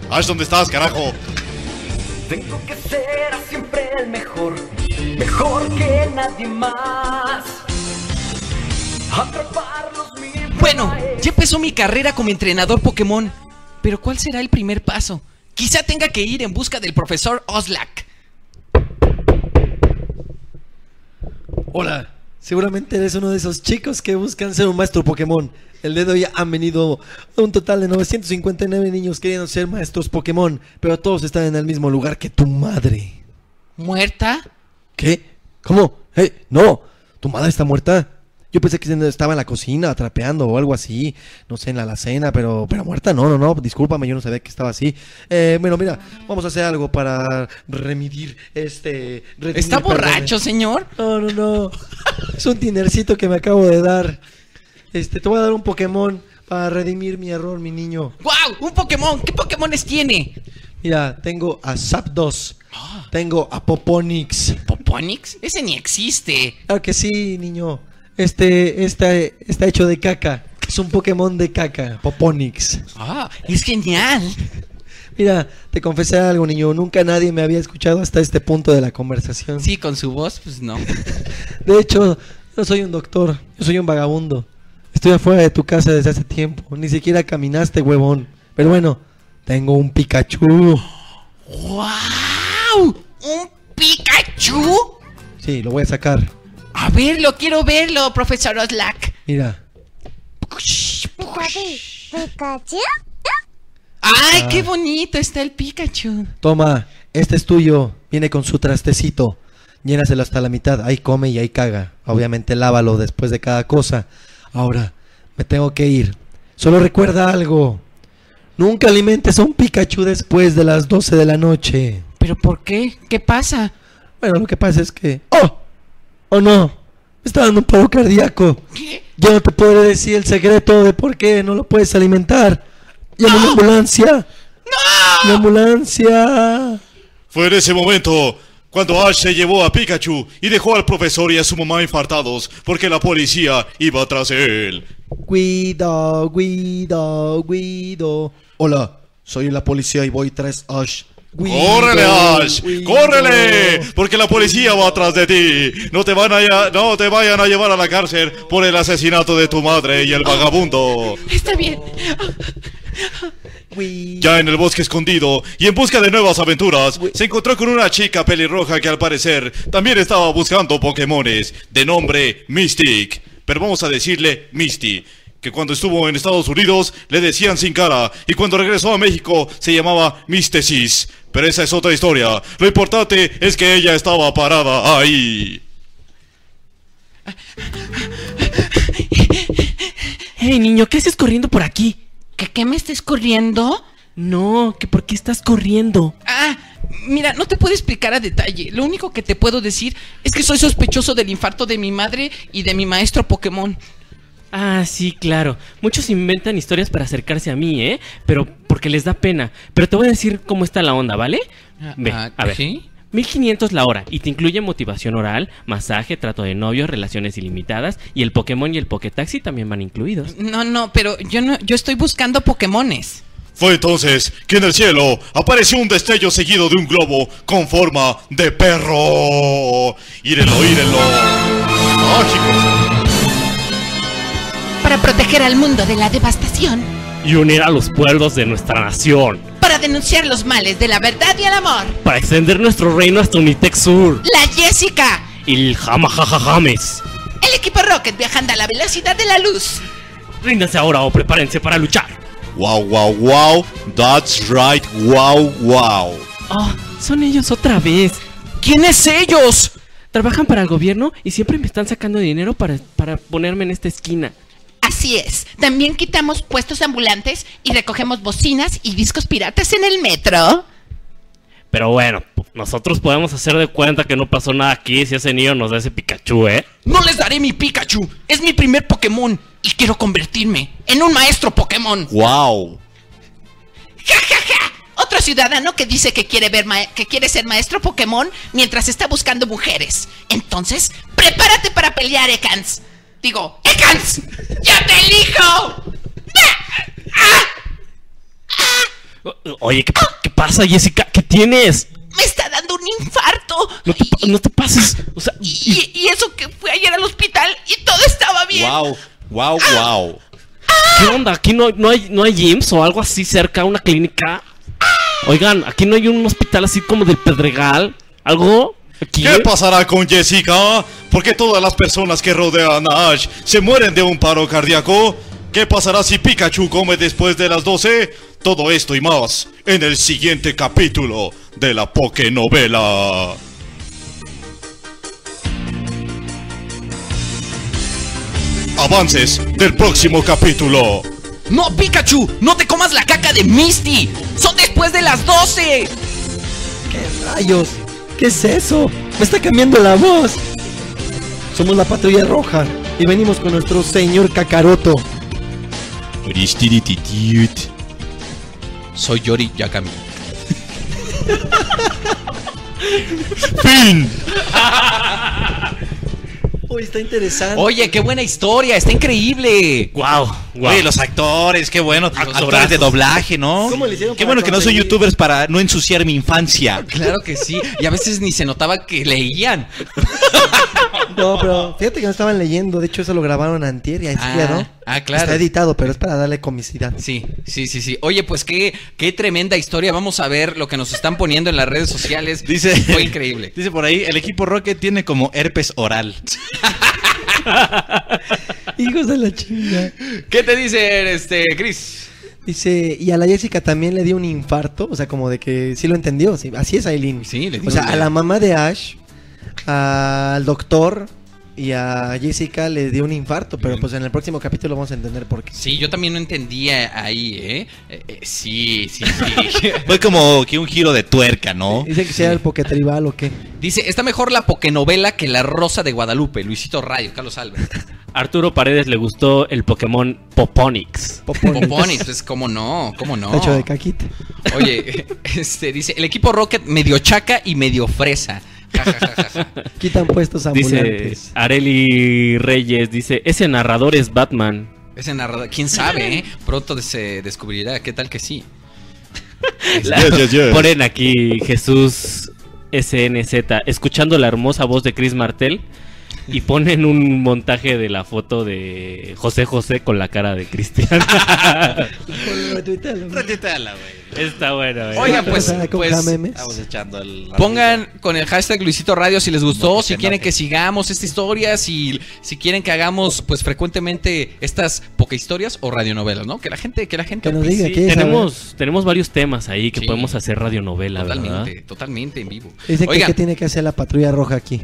Ash, ¿dónde estás, carajo?
Tengo que ser siempre el mejor, mejor que nadie más.
Bueno, ya empezó mi carrera como entrenador Pokémon. Pero ¿cuál será el primer paso? Quizá tenga que ir en busca del profesor Oslak.
Hola. Seguramente eres uno de esos chicos que buscan ser un maestro Pokémon. El día de hoy han venido un total de 959 niños queriendo ser maestros Pokémon, pero todos están en el mismo lugar que tu madre.
¿Muerta?
¿Qué? ¿Cómo? ¡Eh! ¡No! ¿Tu madre está muerta? Yo pensé que estaba en la cocina trapeando o algo así, no sé, en la alacena, pero, pero muerta, no, no, no, discúlpame, yo no sabía que estaba así. Eh, bueno, mira, vamos a hacer algo para remidir este... redimir,
¿Está
perdón,
borracho, señor?
No, no, no. Es un dinercito que me acabo de dar. Este, te voy a dar un Pokémon para redimir mi error, mi niño.
¡Guau! ¡Un Pokémon! ¿Qué Pokémones tiene?
Mira, tengo a Zapdos. Tengo a Poponix.
¿Poponix? Ese ni existe.
Claro Ah, que sí, niño. Este, este está hecho de caca. Es un Pokémon de caca, Poponix.
¡Ah! ¡Es genial!
Mira, te confesé algo, niño. Nunca nadie me había escuchado hasta este punto de la conversación.
Sí, con su voz, pues no.
De hecho, no soy un doctor, yo soy un vagabundo. Estoy afuera de tu casa desde hace tiempo. Ni siquiera caminaste, huevón. Pero bueno, tengo un Pikachu.
¡Guau! ¿Un Pikachu?
Sí, lo voy a sacar.
A verlo, quiero verlo, profesor Oslak.
Mira.
¿Pikachu? ¡Ay,
Ah.
qué bonito está el Pikachu!
Toma, este es tuyo. Viene con su trastecito. Llénaselo hasta la mitad. Ahí come y ahí caga. Obviamente lávalo después de cada cosa. Ahora, me tengo que ir. Solo recuerda algo. Nunca alimentes a un Pikachu después de las 12 de la noche.
¿Pero por qué? ¿Qué pasa?
Bueno, lo que pasa es que... ¡Oh! ¡Oh no! Me está dando un paro cardíaco. Yo no te podré decir el secreto de por qué no lo puedes alimentar. Llama una ambulancia. ¡No!
Ah.
¡La ambulancia!
Fue en ese momento cuando Ash se llevó a Pikachu y dejó al profesor y a su mamá infartados porque la policía iba tras él.
Guido, Guido, Guido. Hola, soy la policía y voy tras Ash.
¡Córrele, Ash! ¡Córrele! Porque la policía va atrás de ti. No te, van a, ya- no te vayan a llevar a la cárcel por el asesinato de tu madre y el vagabundo.
Está bien.
Ya en el bosque escondido y en busca de nuevas aventuras, se encontró con una chica pelirroja que al parecer también estaba buscando Pokémones de nombre Mystic. Pero vamos a decirle Misty, que cuando estuvo en Estados Unidos le decían sin cara y cuando regresó a México se llamaba Mistesis. Pero esa es otra historia. Lo importante es que ella estaba parada ahí.
Hey, niño, ¿qué haces corriendo por aquí?
¿Que qué me estés corriendo?
No, que por qué estás corriendo.
Ah, mira, no te puedo explicar a detalle. Lo único que te puedo decir es que soy sospechoso del infarto de mi madre y de mi maestro Pokémon.
Ah, sí, claro. Muchos inventan historias para acercarse a mí, ¿eh? Pero porque les da pena. Pero te voy a decir cómo está la onda, ¿vale? Ve,
ah,
a ver.
¿sí?
1500 la hora y te incluye motivación oral, masaje, trato de novios, relaciones ilimitadas y el Pokémon y el Pokétaxi también van incluidos.
No, no, pero yo no, yo estoy buscando Pokémones.
Fue entonces que en el cielo apareció un destello seguido de un globo con forma de perro. Írenlo, írenlo. Mágico.
Para proteger al mundo de la devastación,
Y unir a los pueblos de nuestra nación
para denunciar los males de la verdad y el amor.
para extender nuestro reino hasta Unitec Sur
La Jessica,
y el Jamajajajames.
el equipo Rocket viajando a la velocidad de la luz.
Ríndanse ahora o prepárense para luchar.
Wow, wow, wow. That's right, wow, wow.
Ah, son ellos otra vez. ¿Quiénes ellos? Trabajan para el gobierno y siempre me están sacando dinero para, para ponerme en esta esquina.
Así es. También quitamos puestos ambulantes y recogemos bocinas y discos piratas en el metro.
Pero bueno, nosotros podemos hacer de cuenta que no pasó nada aquí si ese niño nos da ese Pikachu, ¿eh?
No les daré mi Pikachu. Es mi primer Pokémon y quiero convertirme en un maestro Pokémon.
Wow.
Otro ciudadano que dice que quiere, ver ma- que quiere ser maestro Pokémon mientras está buscando mujeres. Entonces, prepárate para pelear, Ekans. Digo, Ekans, yo te elijo.
Oye, ¿qué, qué pasa, Jessica? ¿Qué tienes?
Me está dando un infarto.
No te, pa- no te pases. O sea,
Y, y eso que fui ayer al hospital y todo estaba bien.
Wow, wow, wow.
¿qué onda? ¿Aquí no, no hay, no hay gyms o algo así cerca, una clínica? Oigan, ¿aquí no hay un hospital así como del Pedregal? ¿Algo? ¿Aquí?
¿Qué pasará con Jessica? ah? ¿Por qué todas las personas que rodean a Ash se mueren de un paro cardíaco? ¿Qué pasará si Pikachu come después de las 12? Todo esto y más en el siguiente capítulo de la Pokenovela. Avances del próximo capítulo.
No, Pikachu, no te comas la caca de Misty. Son después de las 12.
¡Rayos! ¿Qué es eso? ¡Me está cambiando la voz! Somos la patrulla roja y venimos con nuestro señor Kakaroto.
Soy Yori Yakami.
¡Fin!
Uy, está interesante.
Oye, qué buena historia, está increíble.
Wow,
wow.
Oye, los actores, qué bueno. Los actores de
brazos.
doblaje, ¿no?
¿Cómo le hicieron
Qué
para
bueno que no soy
conseguir?
youtubers para no ensuciar mi infancia.
Claro que sí. Y a veces ni se notaba que leían.
No, pero fíjate que no estaban leyendo. De hecho, eso lo grabaron antier y ahí
Ah,
ya, ¿no?
ah, claro.
Está editado, pero es para darle comicidad.
Sí, sí, sí, sí. Oye, pues qué, qué tremenda historia. Vamos a ver lo que nos están poniendo en las redes sociales.
Dice-
Fue increíble.
Dice por ahí, el equipo Rocket tiene como herpes oral.
Hijos de la chinga.
¿Qué te dice este Chris?
Dice, y a la Jessica también le dio un infarto. O sea, como de que sí lo entendió. sí. Así es, Aileen.
Sí, le dio
O sea,
un-
a la mamá de Ash, al doctor y a Jessica le dio un infarto. Pero pues en el próximo capítulo vamos a entender por qué.
Sí, yo también no entendía ahí, ¿eh? Eh, eh, sí, sí, sí.
Fue como que un giro de tuerca, ¿no?
Dice que sea el poketribal o qué.
Dice, está mejor la pokenovela que la rosa de Guadalupe. Luisito Rayo, Carlos Albert.
Arturo Paredes le gustó el Pokémon Poponix.
Poponis, pues cómo no, cómo no.
Está hecho de caquita.
Oye, este dice, el equipo Rocket medio chaca y medio fresa. Ja, ja, ja, ja, ja.
Quitan puestos
Dice
ambulantes.
Areli Reyes, dice, ese narrador es Batman.
Ese narrador, quién sabe, ¿eh? Pronto se descubrirá, qué tal que sí.
La-
Yes, yes, yes.
Ponen aquí Jesús SNZ, escuchando la hermosa voz de Chris Martel. Y ponen un montaje de la foto de José José con la cara de Cristian.
Retuiteala, güey.
Está bueno, eh. güey.
Oigan, pues, pues
Estamos echando el.
pongan con el hashtag Luisito Radio si les gustó, si quieren que sigamos esta historia, si, si quieren que hagamos pues frecuentemente estas poca historias o radionovelas, ¿no? Que la gente, que la gente opine.
Sí, tenemos, tenemos varios temas ahí que
Sí.
podemos hacer radionovela,
totalmente,
¿verdad?
totalmente en vivo.
Dice que,
Oigan,
¿qué tiene que hacer la patrulla roja aquí.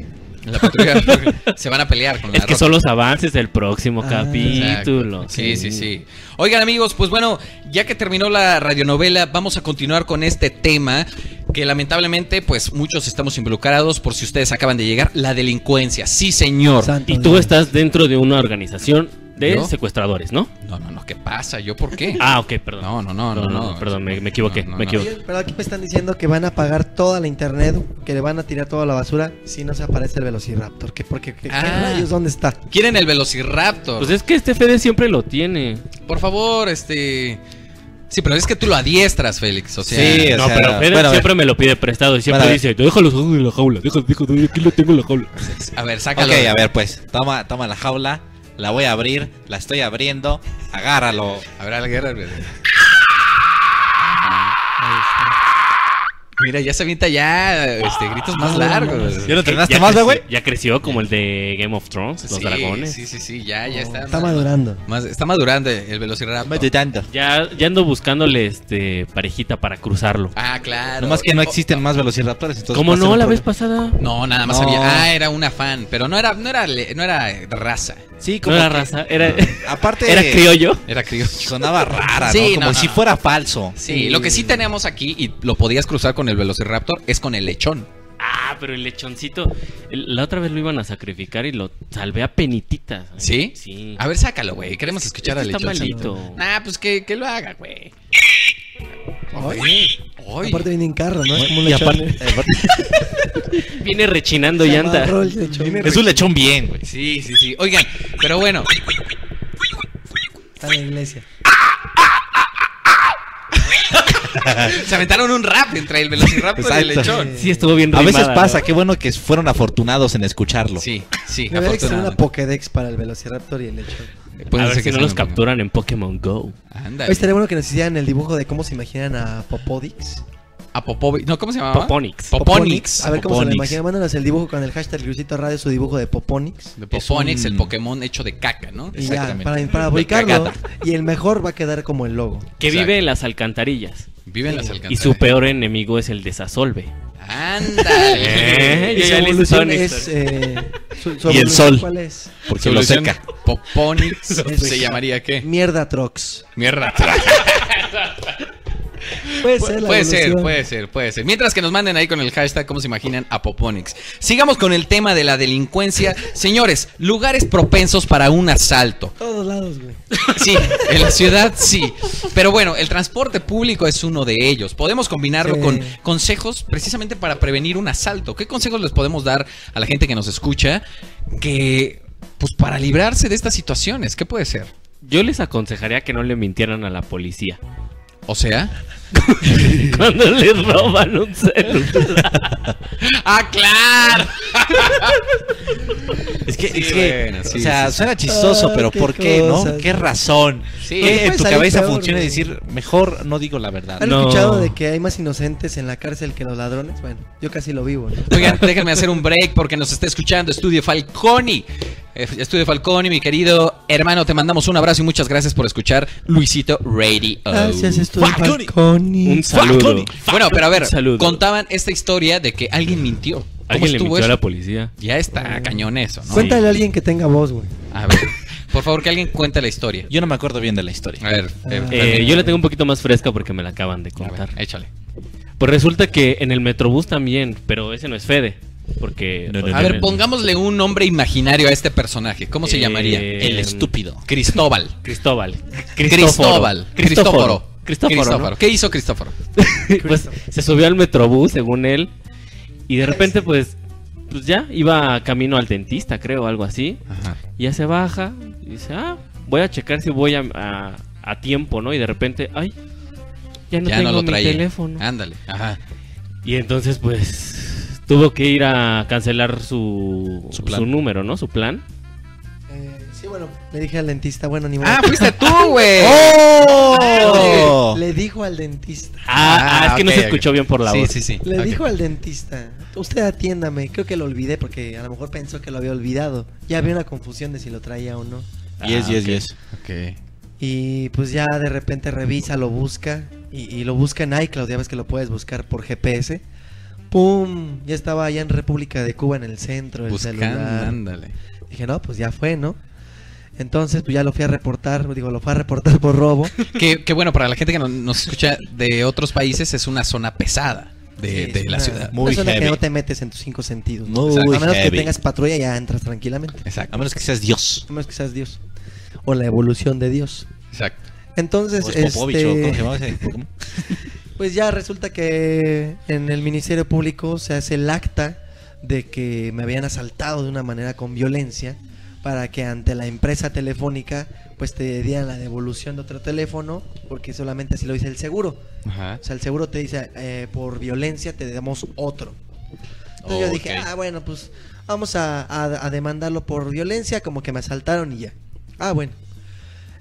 la patrulla roja, se van a pelear con la
Es que
roja.
son los avances del próximo
Ah.
capítulo.
Exacto. Sí, sí, sí, Oigan amigos, pues bueno, ya que terminó la radionovela, vamos a continuar con este tema que lamentablemente pues muchos estamos involucrados por si ustedes acaban de llegar, la delincuencia. Sí, señor.
Y tú estás dentro de una organización de
¿Yo?
secuestradores, ¿no?
No, no, no, ¿qué pasa? ¿Yo por qué?
Ah, ok, perdón.
No, no, no, no, no.
Perdón, me, me equivoqué,
No, no,
me
no.
equivoqué.
Pero aquí me están diciendo que van a pagar toda la internet, que le van a tirar toda la basura si no se aparece el Velociraptor. ¿Qué, porque, qué- qué
Ah.
rayos? ¿Dónde está?
Quieren el Velociraptor.
Pues es que este Fede siempre lo tiene.
Por favor, este Sí, pero es que tú lo adiestras, Félix, o sea.
Sí, no, pero Fede siempre me lo pide prestado y siempre
Bueno, a
dice, déjalo solo en la jaula, déjalo, déjalo, aquí lo tengo en la jaula.
A ver,
Ok,
sácalo.
a ver, pues. Toma, toma la jaula. La voy a abrir. La estoy abriendo. Agárralo.
A ver, agárralo. Mira, ya se avienta ya este, gritos más largos.
¿Ya lo terminaste más, güey? Ya creció como el de Game of Thrones, los
Sí,
dragones.
Sí, sí, sí, ya, ya está.
Está madurando.
Más, está madurando el velociraptor. Madurando.
Ya, ya ando buscándole este parejita para cruzarlo.
Ah, claro.
Nomás que no existen más velociraptores. Entonces
¿Cómo
va a ser
no
un
la
problema.
vez pasada?
No, nada más
No.
había. Ah, era una fan, pero no era, no era, le- no era eh, raza.
Sí,
No
como.
era
que-
raza, era...
Aparte.
¿Era criollo?
Era criollo.
Sonaba rara,
Sí,
¿no? Como
no, no,
si
no.
fuera falso.
Sí, lo que sí tenemos aquí y lo podías cruzar con el velociraptor es con el lechón.
Ah, pero el lechoncito. el- La otra vez lo iban a sacrificar y lo salvé a penititas.
¿Sí?
Sí.
A ver, sácalo, güey. Queremos escuchar
Este
al
está
lechón.
malito.
Ah, pues que, que lo haga, güey.
Oye.
Oye.
Aparte viene en carro, ¿no? Es como un
Y
lechón.
aparte- Viene rechinando y anda.
amarró el lechón.
Es un lechón bien, güey.
Sí, sí, sí. Oigan, pero bueno.
Está en la iglesia.
Se aventaron un rap entre el velociraptor y el
Exacto.
lechón.
Sí, estuvo bien
A veces
rimada,
pasa,
¿no?
qué bueno que fueron afortunados en escucharlo.
Sí, sí,
Me voy a extraer una
afortunadamente.
Pokédex para el Velociraptor y el lechón.
Puede
a ver
ser Pues
si
que sea
no los
una buena.
capturan en Pokémon Go.
Hoy
Ándale.
estaría bueno que nos hicieran el dibujo de cómo se imaginan a Popodix.
A Popovi- No, ¿cómo se llamaba?
Poponix.
Poponix.
A ver cómo se lo
Poponix.
imaginan. Mándanos el dibujo con el hashtag Luisito Radio, su dibujo de Poponix.
De Poponix, el Pokémon hecho de caca, ¿no?
Y ya, para, para ubicarlo. Y el mejor va a quedar como el logo.
Que
Exacto.
vive en las alcantarillas.
Viven las
Y
alcantarillas.
su peor enemigo es el desasolve.
Ándale.
Eh, yo
Su
ya le hice
evolución
Sonic.
es, eh, su- su
Y el
evolución,
sol.
¿Cuál es?
Porque lo
Solución,
seca.
Poponix
Eso.
se llamaría qué?
Mierda Trox.
Mierda.
Puede ser
Puede,
la
ser,
evolución.
puede ser, puede ser. Mientras que nos manden ahí con el hashtag, ¿cómo se imaginan? Apoponix. Sigamos con el tema de la delincuencia. Señores, lugares propensos para un asalto.
Todos lados, güey.
Sí, en la ciudad sí. Pero bueno, el transporte público es uno de ellos. Podemos combinarlo
Sí.
con consejos precisamente para prevenir un asalto. ¿Qué consejos les podemos dar a la gente que nos escucha que pues para librarse de estas situaciones? ¿Qué puede ser?
Yo les aconsejaría que no le mintieran a la policía.
O sea,
Cuando les roban un celular.
¡ah, claro!
Es que,
Sí,
es que
bueno, sí,
o sea,
sí, sí.
suena chistoso,
Ay,
pero
Ah, qué
¿por qué,
cosas.
no? ¿Qué razón?
Sí.
¿Qué en
Puede
tu
salir
cabeza
peor,
funciona
güey.
decir, mejor no digo la verdad?
¿Han
No.
escuchado de que hay más inocentes en la cárcel que los ladrones? Bueno, yo casi lo vivo, ¿no?
Oigan, déjenme hacer un break porque nos está escuchando Estudio Falconi. Eh, Estudio Falconi, mi querido hermano, te mandamos un abrazo y muchas gracias por escuchar Luisito Radio.
Gracias, estudio
Falconi.
Falconi.
Un saludo.
Bueno, pero a ver,
Un saludo.
contaban esta historia de que alguien mintió. ¿Cómo
Alguien le
estuvo
mintió a
eso?
la policía.
Ya está cañón eso, ¿no?
Ah. Cuéntale a alguien que tenga voz, güey.
A ver, por favor, que alguien cuente la historia.
Yo no me acuerdo bien de la historia.
A ver,
Ah.
eh,
Eh,
Fermín,
yo la tengo un poquito más fresca porque me la acaban de
a ver,
contar.
échale.
Pues resulta que en el Metrobús también, pero ese no es Fede. Porque.
No, no,
pues,
no,
A ver,
en-
pongámosle un nombre imaginario a este personaje. ¿Cómo se
Eh,
llamaría?
El estúpido.
Cristóbal.
Cristóbal.
Cristóbal. Cristóforo.
Cristóforo. Cristóforo. ¿no?
¿Qué hizo Cristóforo?
pues se subió al metrobús, según él, y de repente, pues, pues ya iba camino al dentista, creo, algo así. Y ya se baja y dice, ah, voy a checar si voy a, a- a tiempo, ¿no? Y de repente, ay, ya no
Ya no
tengo
lo
mi
traía.
teléfono.
Ándale, ajá.
Y entonces, pues, tuvo que ir a cancelar su, su, número, ¿no? Su plan.
Sí, bueno, le dije al dentista, bueno, ni
Ah, fuiste tú, güey.
¡Oh! Le, le dijo al dentista.
Ah, ah, es que no
ok,
se
ok.
escuchó bien por la
Sí,
voz.
sí, sí. Le dijo al dentista, usted atiéndame, creo que lo olvidé porque a lo mejor pensó que lo había olvidado. Ya había una confusión de si lo traía o no.
Yes,
Ah,
yes, yes.
Y pues ya de repente revisa, lo busca y, y lo busca en iCloud, ya ves que lo puedes buscar por GPS. ¡Pum! Ya estaba allá en República de Cuba, en el centro, el
Buscando,
celular.
ándale.
Dije, no, pues ya fue, ¿no? Entonces, pues ya lo fui a reportar, digo, lo fui a reportar por robo.
Que, que bueno, para la gente que no- nos escucha de otros países, es una zona pesada de, de la ciudad.
Muy zona que no te metes en tus cinco sentidos. ¿no?
Muy
Exacto. a menos
heavy.
que tengas patrulla ya entras tranquilamente.
Exacto. A menos que seas Dios.
A menos que seas Dios. O la evolución de Dios.
Exacto.
Entonces,
O es Popovich,
este-
o ¿cómo se llama ese? ¿Cómo?
Pues ya resulta que en el Ministerio Público se hace el acta de que me habían asaltado de una manera con violencia para que ante la empresa telefónica pues te dieran la devolución de otro teléfono porque solamente así lo dice el seguro.
Ajá.
O sea, el seguro te dice eh, por violencia te damos otro. Entonces yo dije,
Ok.
ah, bueno, pues vamos a, a- a demandarlo por violencia, como que me asaltaron y ya. Ah, bueno.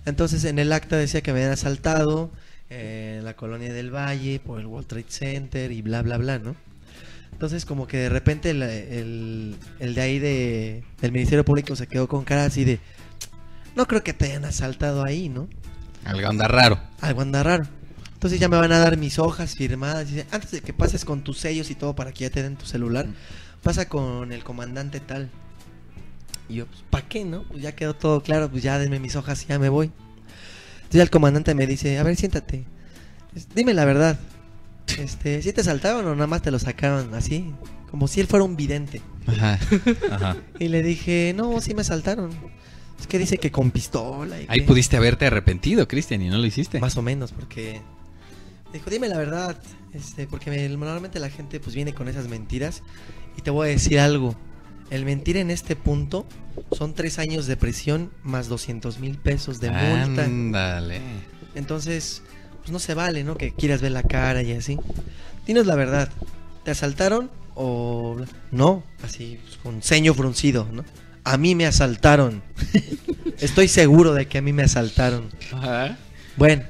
Entonces en el acta decía que me habían asaltado eh, en la colonia del Valle, por el World Trade Center y bla, bla, bla, ¿no? Entonces como que de repente el, el- el de ahí de, del Ministerio Público se quedó con cara así de, no creo que te hayan asaltado ahí, ¿no?
Algo anda raro.
Algo anda raro. Entonces ya me van a dar mis hojas firmadas. Dice, antes de que pases con tus sellos y todo para que ya te den tu celular, pasa con el comandante tal. Y yo, pues, ¿para qué, no? Pues ya quedó todo claro, pues ya denme mis hojas y ya me voy. Entonces ya el comandante me dice, a ver, siéntate. Es- Dime la verdad. Este, ¿sí te saltaron o nada más te lo sacaron así? Como si él fuera un vidente.
Ajá. Ajá.
Y le dije, no, sí me saltaron. Es que dice que con pistola. Y
Ahí
que-
pudiste haberte arrepentido, Cristian, y no lo hiciste.
Más o menos, porque... Dijo, dime la verdad, este, porque me- normalmente la gente pues viene con esas mentiras y te voy a decir algo. El mentir en este punto son tres años de prisión más 200 mil pesos de multa.
Ándale.
Entonces, pues no se vale, ¿no? Que quieras ver la cara y así. Dinos la verdad, ¿te asaltaron o...? No, así, pues, con ceño fruncido, ¿no? A mí me asaltaron. Estoy seguro de que a mí me asaltaron. Bueno,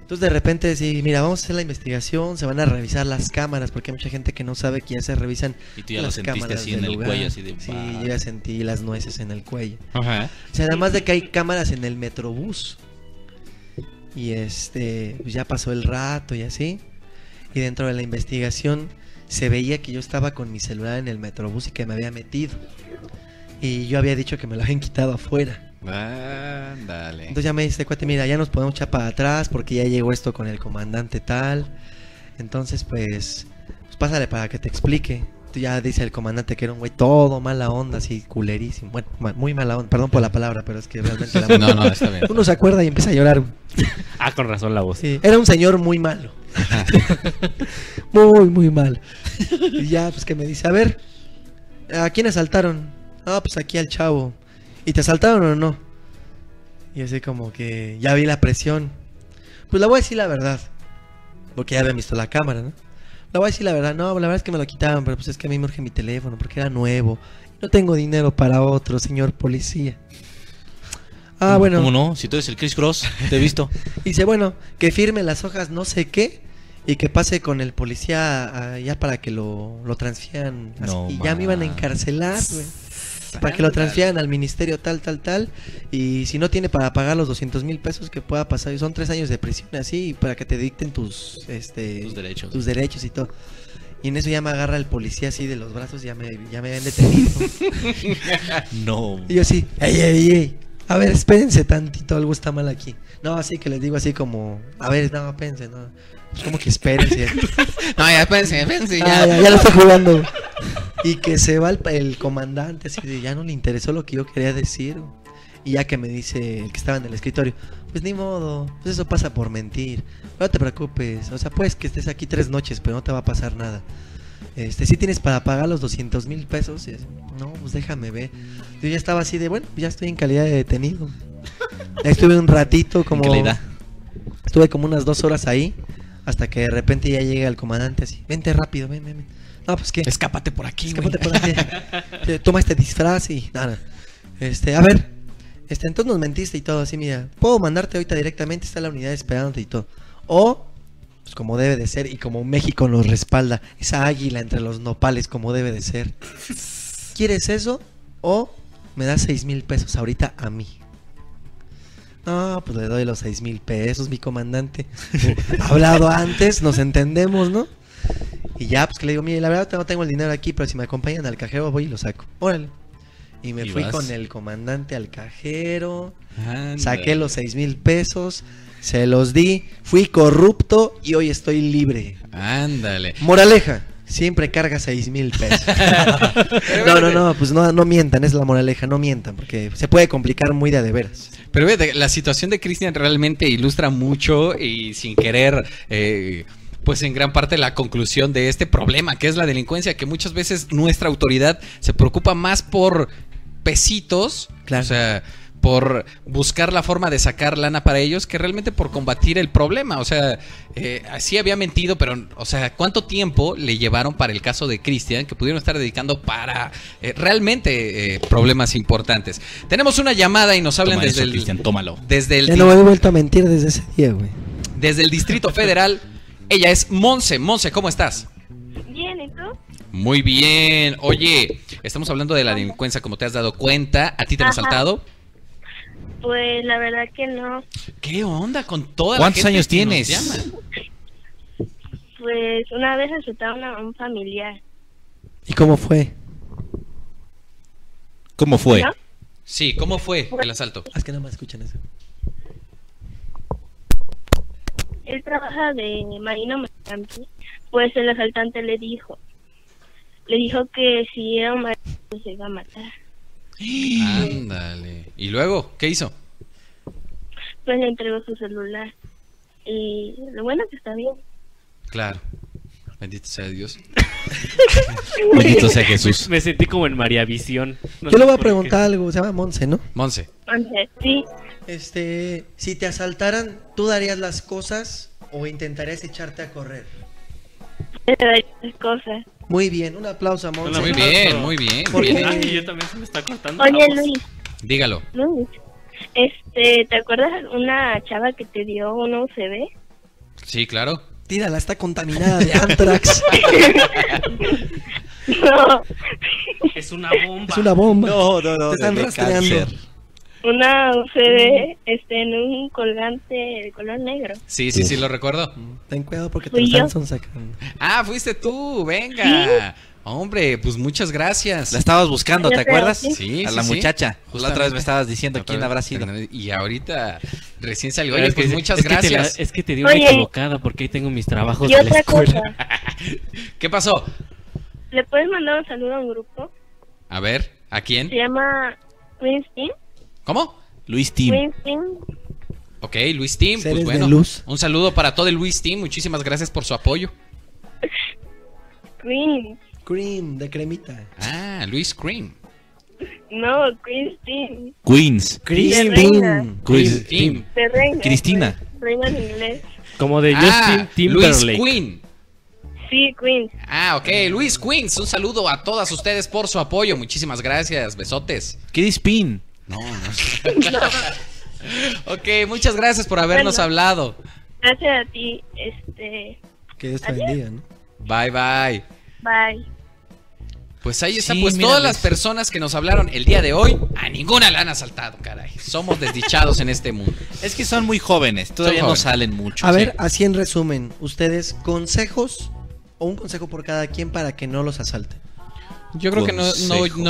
entonces de repente sí, mira, vamos a hacer la investigación, se van a revisar las cámaras, porque hay mucha gente que no sabe que ya se revisan.
Y tú ya lo
las
sentiste
cámaras
así en
del
el
lugar.
cuello, así de,
Sí,
"Bah".
yo ya sentí las nueces en el cuello.
Ajá.
O sea, además de que hay cámaras en el metrobús. Y este, pues ya pasó el rato y así. Y dentro de la investigación se veía que yo estaba con mi celular en el metrobús y que me había metido. Y yo había dicho que me lo habían quitado afuera.
Ándale.
Entonces ya me dice, este cuate, mira, ya nos podemos echar para atrás porque ya llegó esto con el comandante tal. Entonces, pues, pues pásale para que te explique. Tú ya dice el comandante que era un güey todo mala onda, así culerísimo. Bueno, ma- muy mala onda, perdón por la palabra, pero es que realmente la
No, no, está bien.
Uno se acuerda y empieza a llorar. güey.
Ah, con razón la voz.
Sí, era un señor muy malo. muy, muy mal. Y ya, pues que me dice, a ver, ¿a quién asaltaron? Ah, pues aquí al chavo. ¿Y te asaltaron o no? Y así como que ya vi la presión. Pues la voy a decir la verdad. Porque ya habían visto la cámara, ¿no? La voy a decir la verdad. No, la verdad es que me lo quitaron, pero pues es que a mí me urge mi teléfono porque era nuevo. No tengo dinero para otro, señor policía. Ah,
¿Cómo-
bueno.
¿Cómo no? Si tú eres el Chris Cross, te he visto.
Y Dice, bueno, que firme las hojas no sé qué y que pase con el policía allá para que lo, lo transfieran. así.
No
y ya me iban a
mames.
encarcelar, güey. Para que lo transfieran al ministerio tal, tal, tal. Y si no tiene para pagar los 200 mil pesos que pueda pasar, y son tres años de prisión así, y para que te dicten tus, este,
Tus derechos.
tus derechos y todo. Y en eso ya me agarra el policía así de los brazos, ya me, ya me habían detenido.
No.
Y yo así, ey, ey, ey. A ver, espérense tantito, algo está mal aquí. No, así que les digo así como, a ver, no, espérense, no. Pues como que espérense.
No, ya espérense, espérense, ya.
Ah, ya, ya lo estoy jugando. Y que se va el, el comandante, así de, ya no le interesó lo que yo quería decir. Y ya que me dice el que estaba en el escritorio, pues ni modo, pues eso pasa por mentir. No te preocupes, o sea, puedes que estés aquí tres noches, pero no te va a pasar nada. Este, si tienes para pagar los 200 mil pesos, Y es, no, pues déjame ver. Yo ya estaba así de, bueno, ya estoy en calidad de detenido. Ya estuve un ratito como...
En calidad.
Estuve como unas dos horas ahí. Hasta que de repente ya llega el comandante así, vente rápido, ven, ven, ven. No, pues que...
Escápate por aquí, güey.
Escápate por aquí. Eh, Toma este disfraz y nada. Este, a ver. Este, entonces nos mentiste y todo, así mira. Puedo mandarte ahorita directamente, está la unidad esperándote y todo. O, pues como debe de ser y como México nos respalda, esa águila entre los nopales como debe de ser. ¿Quieres eso? O me das seis mil pesos ahorita a mí. No, pues le doy los seis mil pesos, mi comandante. Hablado antes, nos entendemos, ¿no? Y ya, pues que le digo, mire, la verdad no tengo el dinero aquí, pero si me acompañan al cajero voy y lo saco. Órale. Y me
Y
fui
vas.
con el comandante al cajero,
Ándale.
saqué los seis mil pesos, se los di, fui corrupto y hoy estoy libre.
Ah.
Ándale.
Moraleja, siempre carga seis mil pesos. no, no, no, pues no, no mientan, es la moraleja, no mientan, porque se puede complicar muy de a de veras.
Pero ve, la situación de Cristian realmente ilustra mucho y sin querer, eh, pues en gran parte la conclusión de este problema, que es la delincuencia, que muchas veces nuestra autoridad se preocupa más por pesitos, o sea, por buscar la forma de sacar lana para ellos, que realmente por combatir el problema. O sea, eh, así había mentido, pero, o sea, ¿cuánto tiempo le llevaron para el caso de Cristian que pudieron estar dedicando para eh, realmente eh, problemas importantes? Tenemos una llamada y nos hablan
Toma
desde
eso,
el...
Cristian, tómalo.
Desde el,
Ya no he vuelto a mentir desde ese día, güey.
desde el Distrito Federal. Ella es Monse. Monse, ¿cómo estás?
Bien, ¿y tú?
Muy bien. Oye, estamos hablando de la delincuencia, como te has dado cuenta. ¿A ti te han
Ajá.
asaltado?
Pues la verdad que no.
¿Qué onda con toda la
¿Cuántos
gente
años
que nos
tienes?
llama?
Pues una vez asaltaron a un familiar.
¿Y cómo fue?
¿Cómo fue?
¿No?
Sí, ¿cómo fue el asalto?
Ah, Es que no me escuchan eso.
Él trabaja de marino mercante. Pues el asaltante le dijo, le dijo que si era un marino pues se iba a matar.
Ándale. ¿Y luego? ¿Qué hizo?
Pues le entregó su celular. Y lo bueno que está bien.
Claro. Bendito sea Dios.
Bendito
sea Jesús.
Me, me sentí como en María Visión. No
Yo
sé
le voy a
por qué.
preguntar algo, se llama Monse, ¿no?
Monse.
Entonces, sí,
Este, si te asaltaran, ¿tú darías las cosas o intentarías echarte a correr?
le daría esas cosas.
Muy bien, un aplauso a Monse.
muy bien, muy bien.
Porque-
bien.
Ay, yo también se me está cortando. la
Oye,
voz.
Luis,
Dígalo.
Luis, este, ¿te acuerdas una chava que te dio un UCB?
Sí, claro.
Tírala, está contaminada de antrax.
No,
Es una bomba.
es una bomba.
No, no, no,
Te están
de
rastreando.
cáncer.
una UCB este, en un colgante de color negro.
Sí, sí, sí, lo recuerdo.
Ten cuidado porque te
Fui
lo
yo.
están sonsacando.
Ah, fuiste tú, venga. Hombre, pues muchas gracias.
La estabas buscando, ¿te
Ya, pero
acuerdas?
sí. Sí,
A la
sí, sí.
muchacha. La otra vez me
Justamente.
estabas diciendo
La otra
quién
vez,
habrá sido.
Y ahorita recién salió.
Pero
Oye,
es que-
pues muchas
es que te la-
gracias.
es que te di una
Oye.
equivocada porque ahí tengo mis trabajos
Y
de la
otra
escuela.
cosa,
¿Qué pasó?
¿le puedes mandar un saludo a un grupo?
A ver, ¿a quién?
Se llama Queen's Team.
¿Cómo?
Luis
Queen's Team.
Ok, Luis Team,
Seres
pues
de
bueno.
luz.
Un saludo para todo el Luis Team. Muchísimas gracias por su apoyo.
Queen.
Cream, de cremita.
Ah, Luis Cream.
No, Queen's Team.
Queens.
Christine. Reina.
Chris-
Team.
De reina.
Cristina.
pues, reina en inglés.
Como de
Ah,
Justin
Luis
Timberlake.
Queen.
Sí, Queen.
Ah, ok, Luis Queens. Un saludo a todas ustedes por su apoyo. Muchísimas gracias. Besotes.
Chris Pin.
No, ok, muchas gracias por habernos
Bueno.
hablado.
Gracias a ti. Este,
Que Dios te bendiga, ¿no?
Bye, bye.
bye.
Pues ahí está,
Sí,
pues
mira,
todas
Luis.
las personas que nos hablaron el día de hoy, a ninguna la han asaltado, caray. Somos desdichados en este mundo.
Es que son muy jóvenes, todavía
Son
no
jóvenes.
salen mucho.
A ver, así en resumen, ustedes, consejos o un consejo por cada quien para que no los asalten.
Yo creo que no,
Consejo.
no,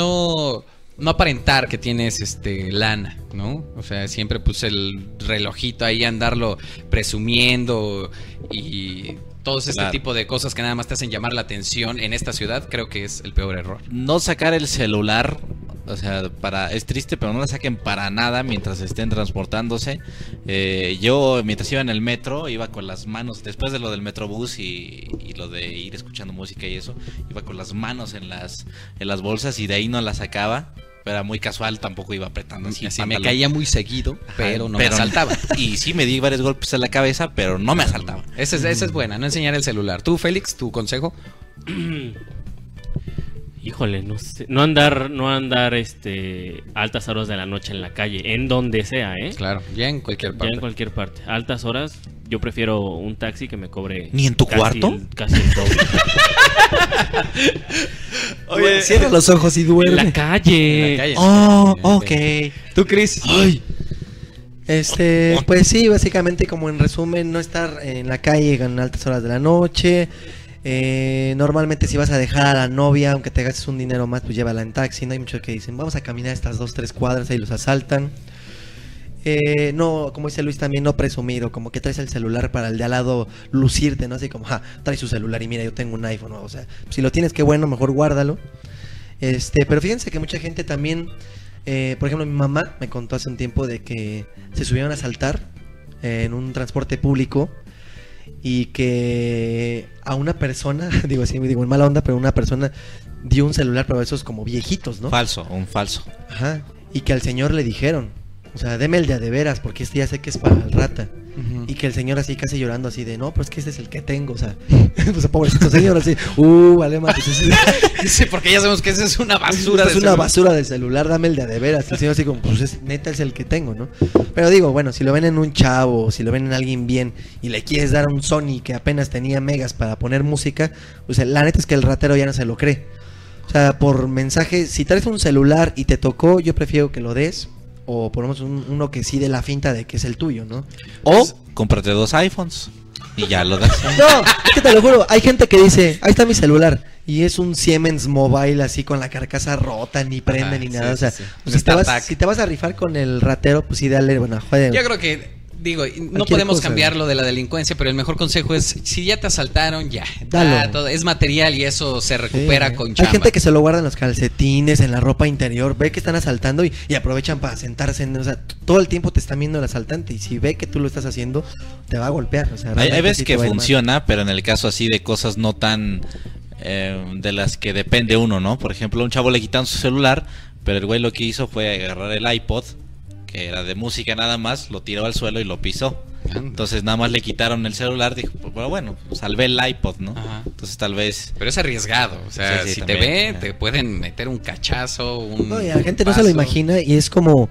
no, no aparentar que tienes este lana, ¿no? O sea, siempre puse el relojito ahí andarlo presumiendo y todo este
Claro.
tipo de cosas que nada más te hacen llamar la atención en esta ciudad, creo que es el peor error.
No sacar el celular, o sea, para es triste, pero no la saquen para nada mientras estén transportándose. Eh, yo, mientras iba en el metro, iba con las manos, después de lo del metrobús y, y lo de ir escuchando música y eso, iba con las manos en las, en las bolsas y de ahí no la sacaba. Pero era muy casual, tampoco iba apretando así.
Así, me
pantalón.
caía muy seguido,
Ajá,
pero no me asaltaba.
Y sí me di varios golpes en la cabeza, pero no me asaltaba.
Esa es, esa es buena, no enseñar el celular. ¿Tú, Félix, tu consejo?
Híjole, no sé. No andar, no andar este, a altas horas de la noche en la calle, en donde sea, ¿eh?
Claro, ya en cualquier
Ya en
parte.
cualquier parte. A altas horas, yo prefiero un taxi que me cobre.
¿Ni en tu
casi
cuarto?
el- casi el doble.
Oye, Cierra los ojos y duerme.
En la calle.
Oh, ok.
¿Tú, Chris?
Ay. Este, pues sí, básicamente como en resumen, no estar en la calle en altas horas de la noche. Eh, normalmente si vas a dejar a la novia, aunque te gastes un dinero más, pues llévala en taxi. No hay muchos que dicen, vamos a caminar estas dos, tres cuadras, ahí los asaltan. Eh, no, como dice Luis también, no presumir o como que traes el celular para el de al lado lucirte, ¿no? Así como, ja, trae su celular y mira, yo tengo un iPhone, ¿no? o sea, si lo tienes, qué bueno, mejor guárdalo. Este, pero fíjense que mucha gente también, eh, por ejemplo, mi mamá me contó hace un tiempo de que se subieron a saltar eh, en un transporte público y que a una persona, digo así, digo en mala onda, pero una persona dio un celular, pero esos como viejitos, ¿no?
Falso, un falso.
Ajá. Y que al señor le dijeron, o sea, deme el de a de veras, porque este ya sé que es para el rata.
Ujú.
Y que el señor así casi llorando así de, no, pero es que este es el que tengo, o sea, pues pobrecito señor así, uh, vale más. pues, es-
sí, porque ya sabemos que esa es una basura.
es
de
una
celular.
basura del celular, dame el de a de veras. El señor así como, pues es- neta es el que tengo, ¿no? Pero digo, bueno, si lo ven en un chavo, si lo ven en alguien bien y le quieres dar a un Sony que apenas tenía megas para poner música, pues la neta es que el ratero ya no se lo cree. O sea, por mensaje, si traes un celular y te tocó, yo prefiero que lo des. O ponemos un- uno que sí de la finta de que es el tuyo, ¿no? Pues,
O cómprate dos iPhones y ya lo das.
No, es que te lo juro, hay gente que dice, ahí está mi celular. Y es un Siemens Mobile así con la carcasa rota, ni prende
Ajá,
ni
Ah, sí,
nada.
sí,
o sea,
sí.
pues,
Un
si, te vas,
StarTAC.
si te vas a rifar con el ratero, pues sí, dale, bueno, joder.
Yo creo que, digo, no
Cualquier
podemos
cosa,
cambiar lo de la delincuencia, pero el mejor consejo es, si ya te asaltaron, ya.
Dalo.
Ya, todo- es material y eso se
Sí.
recupera
Hay
con chamba.
gente que se lo guarda en los calcetines, en la ropa interior, ve que están asaltando y, y aprovechan para sentarse. en- o sea, t- todo el tiempo te están viendo el asaltante y si ve que tú lo estás haciendo, te va a golpear. O sea,
Hay,
realmente
hay veces
sí te
que
va a ir mal.
funciona, pero en el caso así de cosas no tan eh, de las que depende uno, ¿no? Por ejemplo, a un chavo le quitaron su celular, pero el güey lo que hizo fue agarrar el iPod, que era de música nada más, lo tiró al suelo y lo pisó. Entonces nada más le quitaron el celular, dijo, "Pues, pero bueno, salvé el iPod, ¿no? Entonces tal vez...
Pero es arriesgado, o sea,
Sí, sí,
si
también.
te ven, te pueden meter un cachazo, un...
No, y la gente no se lo imagina y es como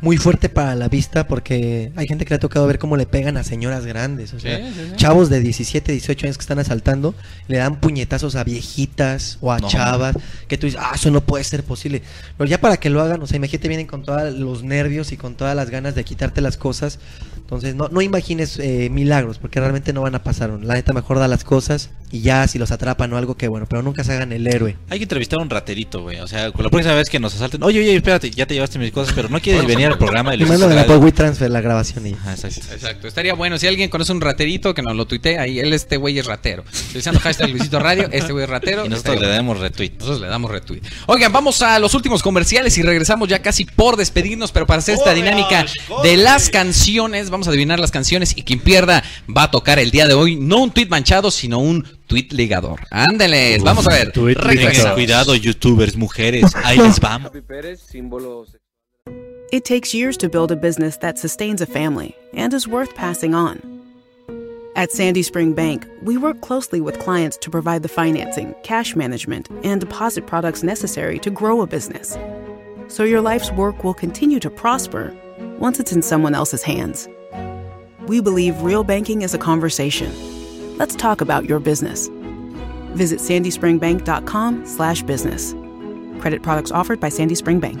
muy fuerte para la vista porque hay gente que le ha tocado ver cómo le pegan a señoras grandes, o sea,
Sí, sí, sí.
chavos de 17, 18 años que están asaltando, le dan puñetazos a viejitas o a
No,
chavas, que tú dices, ah, eso no puede ser posible. Pero ya para que lo hagan, o sea, imagínate, vienen con todos los nervios y con todas las ganas de quitarte las cosas. Entonces, no, no imagines eh, milagros, porque realmente no van a pasar. La neta, mejor da las cosas y ya si los atrapan o algo, que bueno, pero nunca se hagan el héroe.
Hay que entrevistar a un raterito, güey. O sea, con la próxima vez que nos asalten, oye, oye, espérate, ya te llevaste mis cosas, pero no quieres venir al programa. Y
Y
Luis
mándame la
Estrada-
por WeTransfer la grabación y ya.
Exacto, estaría bueno. Si alguien conoce un raterito, que nos lo tuitee ahí. Él, este güey es ratero. Utilizando hashtag Luisito Radio, este güey es ratero.
Y nosotros
Estaría
le
bueno.
damos retweet.
Nosotros le damos retweet. Oigan, vamos a los últimos comerciales y regresamos ya casi por despedirnos, pero para hacer esta dinámica de las canciones, vamos a adivinar las canciones y quien pierda va a tocar el día de hoy no un tweet manchado, sino un tweet ligador. Ándeles, vamos a ver.
Tengan
Regresamos.
cuidado, youtubers, mujeres, ahí les vamos.
It takes years to build a business that sustains a family and is worth passing on. At Sandy Spring Bank, we work closely with clients to provide the financing, cash management, and deposit products necessary to grow a business. So your life's work will continue to prosper once it's in someone else's hands. We believe real banking is a conversation. Let's talk about your business. Visit sandyspringbank.com/business. slash business. Credit products offered by Sandy Spring Bank.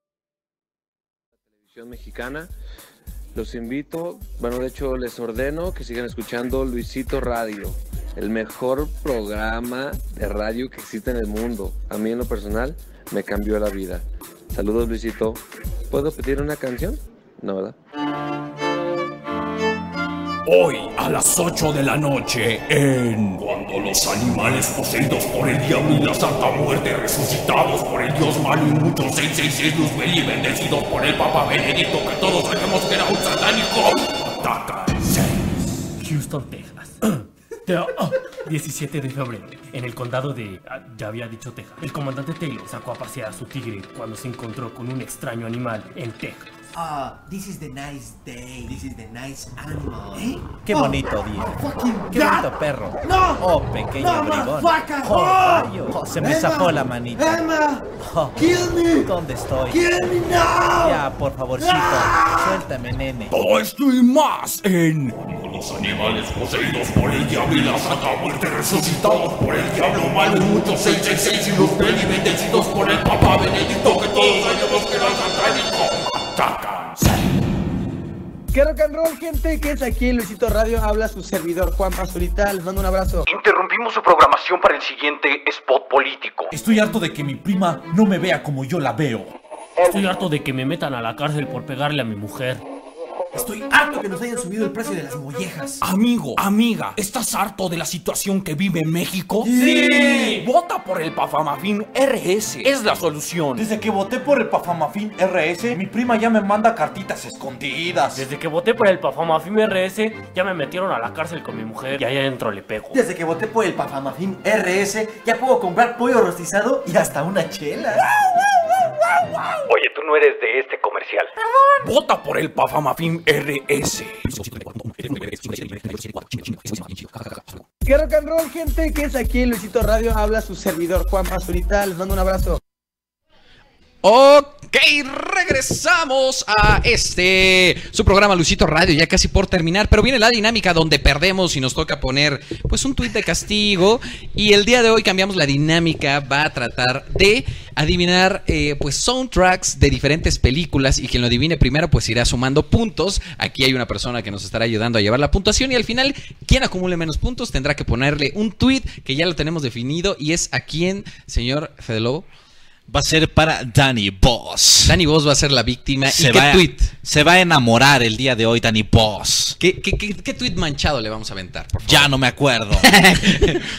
televisión mexicana. Los invito, bueno, de hecho les ordeno que sigan escuchando Luisito Radio, el mejor programa de radio que existe en el mundo. A mí en lo personal me cambió la vida.
Saludos, Luisito. ¿Puedo pedir una canción? No, ¿verdad?
Hoy a las 8 de la noche en Cuando los animales poseídos por el diablo y la santa muerte resucitados por el dios malo y muchos 666 luzbel y bendecidos por el papa Benedicto que todos sabemos que era un satánico ataca
Houston, Texas. Te- ah, 17 de febrero, en el condado de... ah, ya había dicho Texas. El comandante Taylor sacó a pasear a su tigre cuando se encontró con un extraño animal en Texas.
Ah, this is the nice day. This is the nice animal. Oh,
Qué bonito día.
fucking
¿Eh? Qué
God.
bonito perro.
No.
Oh, pequeño
No,
bribón.
motherfucker.
Oh,
Oh.
rayo. Oh, se me
Emma.
zafó la manita.
Emma.
Oh,
Kill me.
¿Dónde estoy?
Kill me now.
Ya, por favorcito. Suéltame, nene.
Todo esto y más en Los animales poseídos por el diablo y la santa muerte resucitados por el diablo malo y muchos 666 y luzbel y bendecidos por el papa Benedicto que todos sabemos que era un satánico ataca
¿Qué rock and roll, gente? ¿Qué es aquí? en Luisito Radio habla su servidor Juan Pazurita. Les mando un abrazo.
Interrumpimos su programación para el siguiente spot político.
Estoy harto de que mi prima no me vea como yo la veo. Estoy harto de que me metan a la cárcel por pegarle a mi mujer.
Estoy harto que nos hayan subido el precio de las mollejas.
Amigo, amiga, ¿estás harto de la situación que vive México?
¡Sí!
Vota por el Pafamafín RS. Es la solución.
Desde que voté por el Pafamafín RS, mi prima ya me manda cartitas escondidas. Desde que voté por el Pafamafín RS, ya me metieron a la cárcel con mi mujer y ahí adentro le pego.
Desde que voté por el Pafamafín RS, ya puedo comprar pollo rostizado y hasta una chela.
Oye, tú no eres de este comercial.
Vota por el Pafamafín RS.
¿Qué rock and roll, gente? ¿Qué es aquí? en Luisito Radio habla su servidor Juan Pazurita. Les mando un abrazo.
Ok, regresamos a este, su programa Luisito Radio, ya casi por terminar, pero viene la dinámica donde perdemos y nos toca poner pues un tuit de castigo y el día de hoy cambiamos la dinámica, va a tratar de adivinar eh, pues soundtracks de diferentes películas y quien lo adivine primero pues irá sumando puntos, aquí hay una persona que nos estará ayudando a llevar la puntuación y al final quien acumule menos puntos tendrá que ponerle un tuit que ya lo tenemos definido y es a quién, señor Fede Lobo.
Va a ser para Danny Boss.
Danny Boss va a ser la víctima. ¿Y qué
va,
tweet?
Se va a enamorar el día de hoy, Danny Boss.
¿Qué, qué, qué, qué tweet manchado le vamos a aventar? Por favor?
Ya no me acuerdo.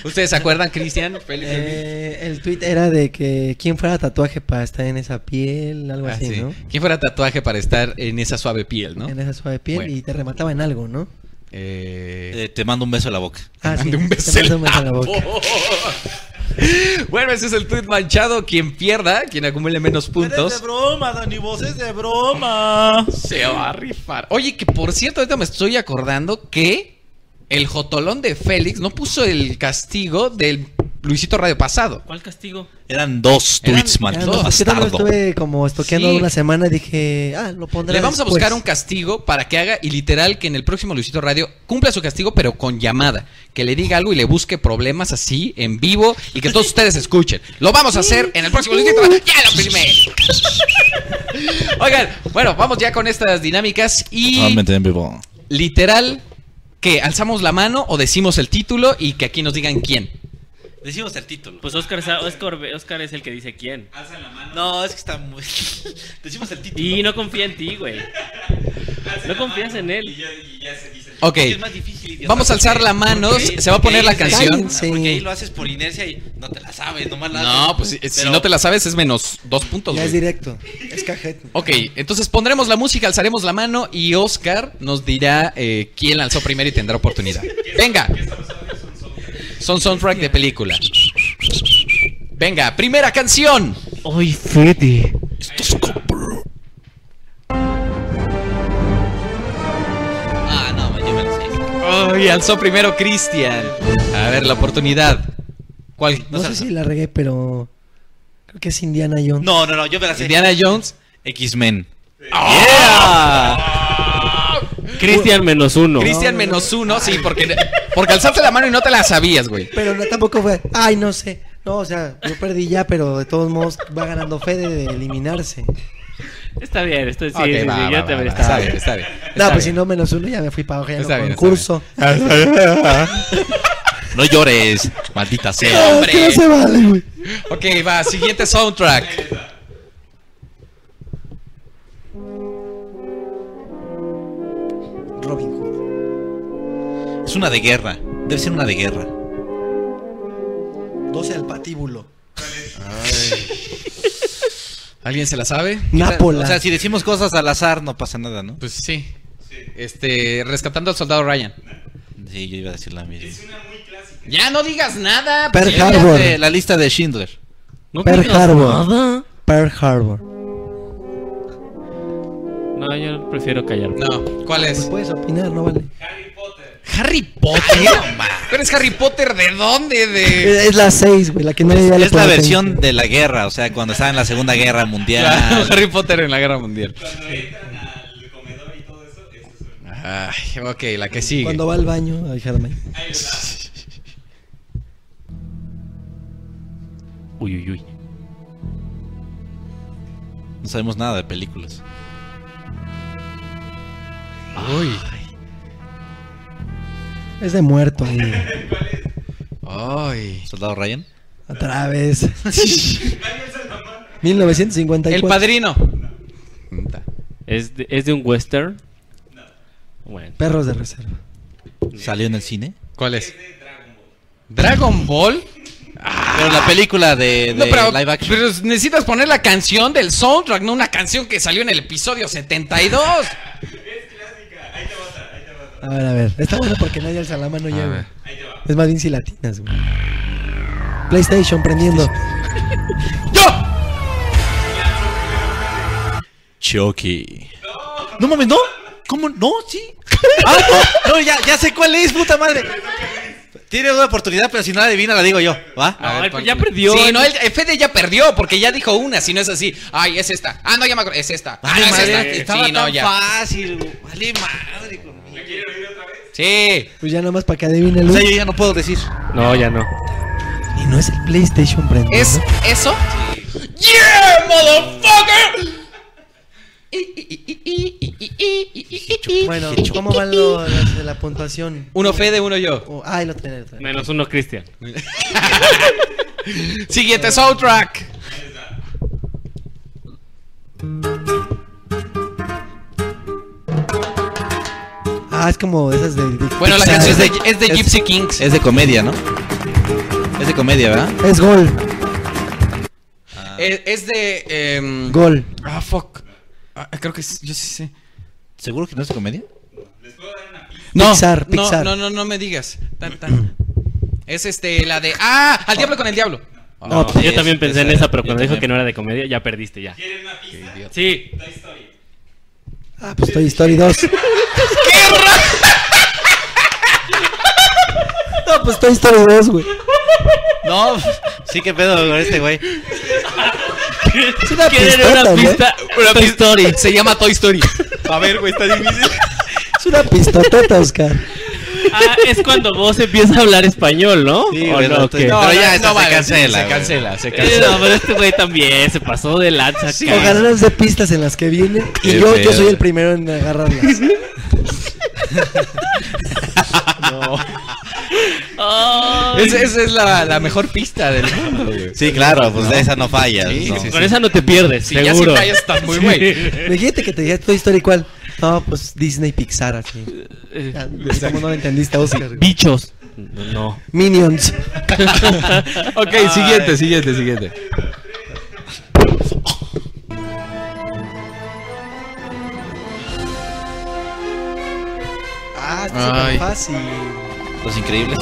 ¿Ustedes se acuerdan, Cristian?
Eh, el tweet era de que quién fuera tatuaje para estar en esa piel, algo
Ah,
así,
sí.
¿no?
¿Quién fuera tatuaje para estar en esa suave piel, no?
En esa suave piel
Bueno.
y te remataba en algo, ¿no?
Eh, te mando un beso en la boca.
Ah, sí,
Mande un
te
beso en
mando un beso en la
la
Oh,
boca.
Bueno, ese es el tweet manchado. Quien pierda, quien acumule menos
Es
puntos,
de broma, Dani Boss, es de broma.
se va a rifar. Oye, que por cierto, ahorita me estoy acordando que el jotolón de Félix no puso el castigo del Luisito Radio pasado.
¿Cuál castigo?
Eran dos tweets, maldito
Eran dos. Yo también
bastardo.
estuve como estoqueando
Pues Sí.
una semana y dije, ah, lo pondré
Le vamos a
después.
buscar un castigo para que haga y literal que en el próximo Luisito Radio cumpla su castigo, pero con llamada. Que le diga algo y le busque problemas así en vivo y que todos ustedes escuchen. Lo vamos a hacer en el próximo Luisito Radio. ¡Ya lo filmé! Oigan, bueno, vamos ya con estas dinámicas y
Totalmente en vivo.
literal que alzamos la mano o decimos el título y que aquí nos digan quién.
Decimos el título. Pues Oscar, es- Oscar, Oscar es el que dice quién. Alza la mano.
No, es que está muy. Decimos el título.
Y no confía en ti, güey. No confías en él.
Ok.
Es que es más difícil, idiota,
Vamos a
porque-
alzar la mano,
porque-
se va a poner la
porque-
canción.
Porque ahí lo haces por inercia y no te la sabes, nomás la
No,
haces.
pues eh, si
Pero-
no te la sabes es menos dos puntos.
Ya es
güey.
directo. Es cajete.
Ok, entonces pondremos la música, alzaremos la mano y Oscar nos dirá eh, quién lanzó primero y tendrá oportunidad. Venga. Son soundtrack de película. Venga, primera canción.
Ay, Fede.
Ah, no, yo me la sé.
Ay, Oh, alzó primero Cristian. A ver, la oportunidad. ¿Cuál?
No sé si la regué, pero creo que es Indiana Jones.
No, no, no, yo me la sé.
Indiana Jones.
X-Men.
Cristian menos uno.
Cristian menos uno, sí, porque, porque alzaste la mano y no te la sabías, güey.
Pero no, tampoco fue, ay, no sé. No, o sea, yo perdí ya, pero de todos modos va ganando Fede de eliminarse.
Está bien, esto sí,
Ok,
sí, sí,
va,
ya
va,
te
va,
habré
va,
estado
está bien, está bien.
No,
está
pues si
bien.
no menos uno ya me fui para abajo ya
Está
no
bien, Ah,
concurso.
está
No llores, maldita
Sí,
sea.
hombre.
vale, güey.
Ok, va, siguiente soundtrack.
Es una de guerra. Debe ser una de guerra.
12 al patíbulo.
¿Alguien se la sabe?
O sea, si decimos cosas al azar, no pasa nada, ¿no?
Pues sí. Este, rescatando al soldado Ryan.
Sí, yo iba a decir la misma.
Ya no digas nada.
Pearl
pues, ya
Harbor.
olvídate.
La lista de Schindler.
No
Pearl
digas
Harbor.
nada.
Pearl Harbor.
No, yo prefiero callarme.
No, ¿cuál es?
Puedes opinar, no vale.
Harry
Ah,
Potter. Pero es Harry Potter de dónde? De
Es la 6, güey, la que nadie ya le
Es la
puede
versión de la guerra, o sea, cuando estaba en la Segunda Guerra Mundial.
Harry Potter en la Guerra Mundial. Ay, ok, la que
tener.
sigue.
Cuando va al baño, ay, Germán.
Uy, uy, uy.
No sabemos nada de películas.
Uy.
Es de muerto ahí.
Ay.
¿Soldado Ryan?
Otra vez. 1954.
El padrino.
¿Es de, ¿Es de un western? Bueno.
Perros de reserva.
¿Salió en el cine?
¿Cuál es? ¿Dragon Ball?
Pero la película de, de
No, pero,
live action.
pero necesitas poner la canción del soundtrack, no una canción que salió en el episodio 72.
A ver, a ver. Está bueno porque nadie alza la mano ya, güey. Es más bien si latinas, güey. PlayStation prendiendo.
Chucky. No mames, no. ¿Cómo? No, sí. Ah, no, no, ya, ya sé cuál es, puta madre. Tiene una oportunidad, pero si no la adivina, la digo yo. ¿Va?
pues
ya perdió.
eh.
Sí, no, el, el Fede ya perdió porque ya dijo una, si no es así. Ay, es esta. Ah, no, ya me acuerdo. Es esta. Ah,
Vale,
no, es
madre,
esta.
estaba
Sí, no,
tan
ya.
fácil. güey. Vale, madre. conmigo.
Sí.
Pues ya nomás para que adivine el
O sea, yo ya no puedo decir.
No, ya no.
Y no es el PlayStation prendiendo.
¿Es eso? ¡Yeah, motherfucker!
Bueno, ¿cómo van lo- las de la puntuación?
Uno Fede, uno yo.
Oh, ah, el otro el otro.
Menos uno, Cristian.
Siguiente soundtrack.
Ah, es como esas de. de-
Bueno, la
Pixar.
canción es de, es de Gypsy Kings.
Es de comedia, ¿no? Es de comedia, ¿verdad?
Es gol.
Eh, Es, de. em,
Gol.
Ah, fuck. Ah, creo que es- yo sí sé.
¿Seguro que no es de comedia?
No,
Pixar,
no,
Pixar.
no, no, no me digas. Tan, tan. Es este, la de. ¡Ah! Al diablo con el diablo.
No,
Ah,
yo
es-
también pensé en
era.
esa, pero
Yo
cuando dijo
también.
que no era de comedia, ya perdiste ya. Sí.
Ah, pues Toy Story 2. No, pues Toy Story 2, güey.
No, sí que pedo con este güey.
¿Quieren
pistota,
una
¿no?
pista?
Una Toy Story. Se llama Toy Story. A ver, güey, está difícil.
Es una pistotota, Oscar.
Ah, es cuando vos empiezas a hablar español, ¿no? ¿O
pero
no,
estoy-
qué?
no, Pero ya esta se
vale,
cancela,
Se
güey.
cancela, se
Eh,
cancela.
no, pero este güey también se pasó de lanza.
Ojalá
cabrón.
las de pistas en las que viene.
Qué
Y yo, yo
pedo.
soy el primero en agarrarlas.
Es- esa es la, la mejor pista del mundo, güey.
Sí, claro, pues de esa no falla. no.
Con esa no te pierdes,
Sí, ya si
seguro.
fallas estás muy güey.
Imagínate que te diga Toy Story cuál. No, pues Disney Pixar así. Ah, ¿Cómo no lo entendiste, Oscar? güey?
Eh, Bichos. No.
Minions.
ok, siguiente, siguiente, siguiente.
Ah, está
Ay.
súper fácil.
Los increíbles.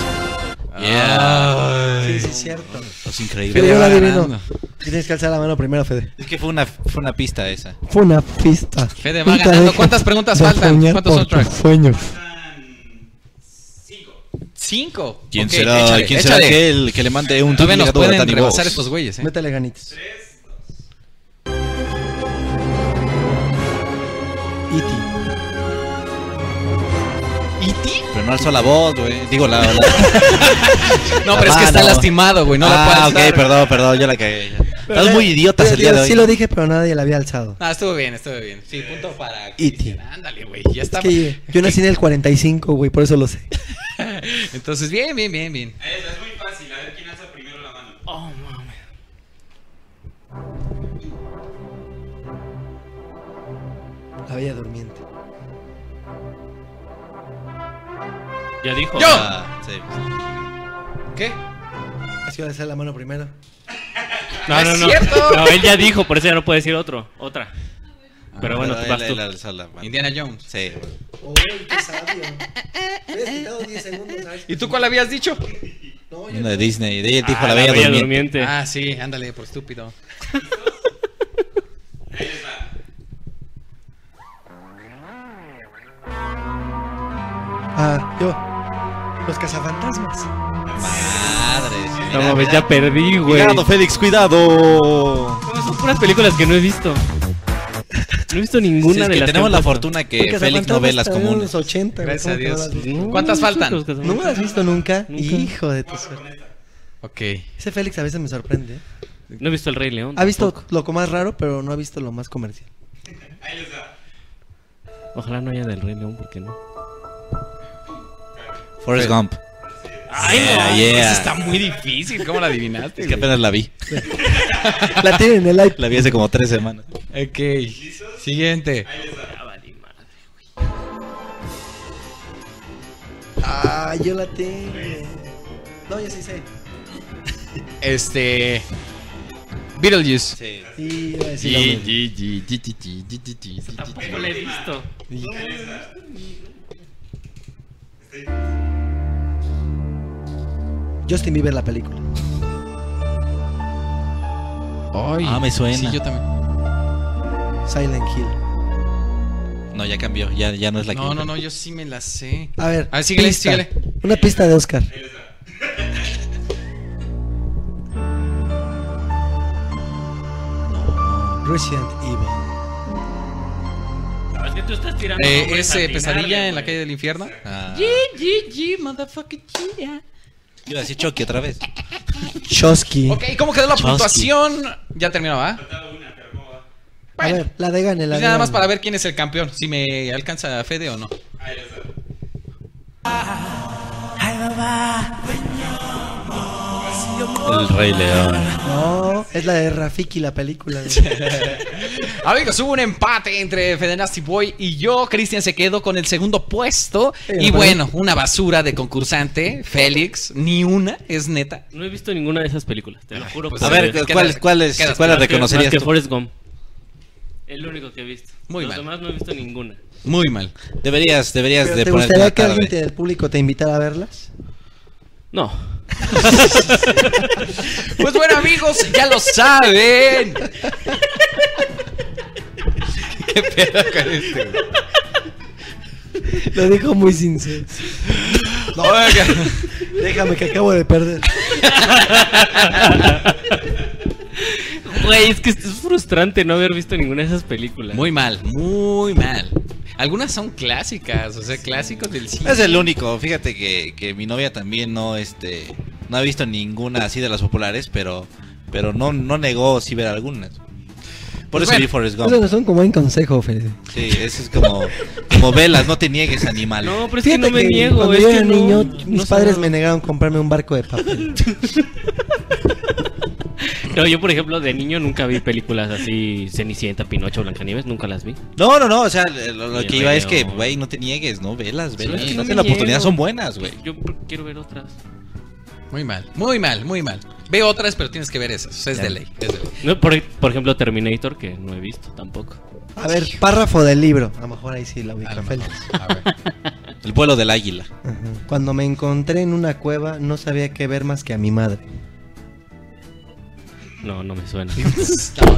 Ay. Sí, sí, es cierto.
Los
Pero yo la
increíbles.
adivino. Tienes que alzar la mano primero, Fede.
Es que fue una, fue una pista esa.
Fue una pista.
Fede va ganando. ¿Cuántas preguntas faltan? ¿Cuántos
son
soundtracks?
Sueños.
Cinco.
¿Quién
Ok,
será,
échale,
¿quién será
échale.
aquel que le mande un
Todavía nos
gato
pueden
Danny
rebasar
Box?
estos güeyes, ¿eh?
Métale ganitas. E.T.
Pero no alzó la voz, güey. Digo, la. la-
No,
la
pero es que está
mano.
lastimado, güey. No la puedes
Ah, ok,
dar.
perdón, perdón, yo la cagué.
Pero
Estás
ya-
muy idiota el día de hoy.
Sí lo dije, pero nadie la había alzado.
Ah, estuvo bien, estuvo bien. Sí, punto para.
E.T.
Ándale, güey. Ya está.
Es que yo nací en el 45, güey, por eso lo sé.
Entonces, bien, bien, bien, bien.
Oh,
La Bella Durmiente.
Ya dijo.
¡Yo!
Ah, sí.
¿Qué? Así que hacer la mano primero.
No, no, no. No, él ya dijo, por eso ya no puede decir otro. Otra. Pero bueno,
él-
tú vas
Ah, él
tú.
alzó la mano.
Indiana Jones.
Sí.
Uy, qué sabio. Me habías quitado 10 segundos. ¿sabes?
¿Y tú cuál habías dicho?
Una de Disney. Ella dijo
Ah,
la bella durmiente.
Ah, sí, ándale, por estúpido.
Ah, yo. Los cazafantasmas.
Madres.
No mames, ya perdí, güey.
Cuidado,
Félix, cuidado. Son puras películas que no he visto. No he visto ninguna
Sí, es
de
que
las
tenemos
han
la
puesto.
fortuna que Porque Félix no ve las
También
comunes.
Los 80, güey,
Gracias
¿cómo
a
que no
Dios.
las vi?
¿Cuántas faltan?
No me las has visto nunca. Hijo de tu suerte.
Ok.
Ese Félix a veces me sorprende. ¿eh?
No he visto El Rey León.
Ha visto lo co- más raro, pero no ha visto lo más comercial.
tampoco. Ojalá no haya del Rey León, porque no.
Forrest
Pero-
Gump.
Ay,
Yeah,
no,
yeah.
esa está muy difícil. ¿Cómo la adivinaste?
Es que
güey?
apenas la vi.
La tiene en el iPad.
La vi hace como tres semanas.
Ok. Siguiente.
Ah, yo la tengo. No, yo sí sé.
Este. Beetlejuice.
Sí.
Sí, iba a decir la
G,
misma.
G, G, G, G, G, G, G, G, G, G.
Tampoco la he visto.
Justin Bieber la película.
Ay,
Ah, me suena.
Sí, yo también.
Silent Hill.
No, ya cambió. Ya, ya no es la que.
No, no, no, yo sí me la sé.
A ver.
A ver, síguele,
pista.
síguele.
Una pista de Oscar. Resident Evil.
Es que tú estás tirando.
nombres
es
al
eh,
final,
Pesadilla
güey.
en la calle del infierno.
Ah.
G, G, G, motherfucking G, yeah.
Yo así choque otra vez.
Chosky.
Ok, ¿cómo quedó la
Chosky.
puntuación? Ya terminaba, ¿ah?
A ver, la de Gane, la
Pues
de
nada más
Gane.
para ver quién es el campeón. Si me alcanza Fede o no.
El
Ah,
Rey León.
No, es la de Rafiki la película. güey.
Amigos, hubo un empate entre Fede Nasty Boy y yo. Cristian se quedó con el segundo puesto. y
aparte-
bueno, una basura de concursante. Félix, ni una, es neta.
No he visto ninguna de esas películas, te lo juro.
pues
por
a ver,
Dios.
¿cuál- Quedas- cuál es- quedas- cuál la
Más que-
reconocerías
más que
tú?
Forrest Gump. Es lo único que he visto.
Muy
Los
mal.
demás no he visto ninguna.
Muy mal.
Deberías, deberías
Pero
de
¿Te
ponerte
gustaría
la
que
tarde.
alguien te- del público te invitara a verlas?
No.
Pues bueno, amigos, ya lo saben. ¿Qué pedo con este? güey?
Lo dijo muy sincero.
No, oiga.
Déjame que acabo de perder.
Güey, es que es frustrante no haber visto ninguna de esas películas.
Muy mal, muy mal. Algunas son clásicas, o sea, clásicos del cine.
Es el único. Fíjate que, que mi novia también no, este, no ha visto ninguna así de las populares, pero, pero no, no negó si ver algunas. Por
Pues
eso
bueno,
vi Forrest Gump.
Eso no son como buen consejo, Fede.
Sí, eso es como, como velas, no te niegues animal.
No, pero es
Fíjate
que no me niego.
cuando
Es
yo
que
era
no,
niño,
no
mis
se
padres
me-
me negaron comprarme un barco de papel.
No, yo, por ejemplo, de niño nunca vi películas así: Cenicienta, Pinocho, Blancanieves, nunca las vi.
No, no, no, o sea, lo, lo
Sí,
que iba
güey,
es que,
no.
güey, no te niegues, ¿no? Velas, velas.
Sí,
si
no
no
me
tienes la oportunidad,
niego.
son buenas, güey.
Yo quiero ver otras.
Muy mal, muy mal, muy mal. Ve otras, pero tienes que ver esas. o sea, es de ley. es de ley.
No, por, por ejemplo, Terminator, que no he visto tampoco.
A ver, párrafo del libro. A lo mejor ahí sí la ubica Félix.
El vuelo del águila.
Ajá. Cuando me encontré en una cueva, no sabía qué ver más que a mi madre.
No, no me suena.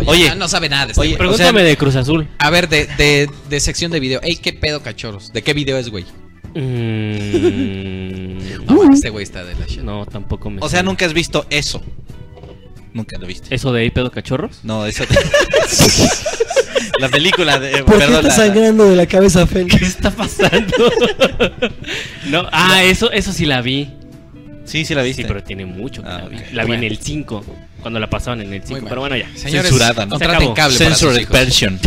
No, ya no sabe nada. de este
oye,
güey. Ah.
pregúntame de Cruz Azul.
A ver, de, de, de sección de video. Ey, qué pedo, cachorros. ¿De qué video es, güey?
no,
este güey está de la shit.
Mm, No, tampoco me
O sea,
suena.
nunca has visto eso. Nunca lo viste.
¿Eso de ahí, pedo cachorros?
No, eso. la película de.
¿Por
perdón,
qué está
la-
sangrando de la cabeza, Félix? ¿Qué
está pasando? No, ah, eso, eso sí la vi.
Sí, sí la
viste. Sí, pero tiene mucho que la vi. La vi en el 5, cuando la pasaban en el 5.
mal.
Pero bueno, ya.
Señores, Censurada, ¿no?
Se
contraten
acabó.
cable para Censored sus hijos.
version.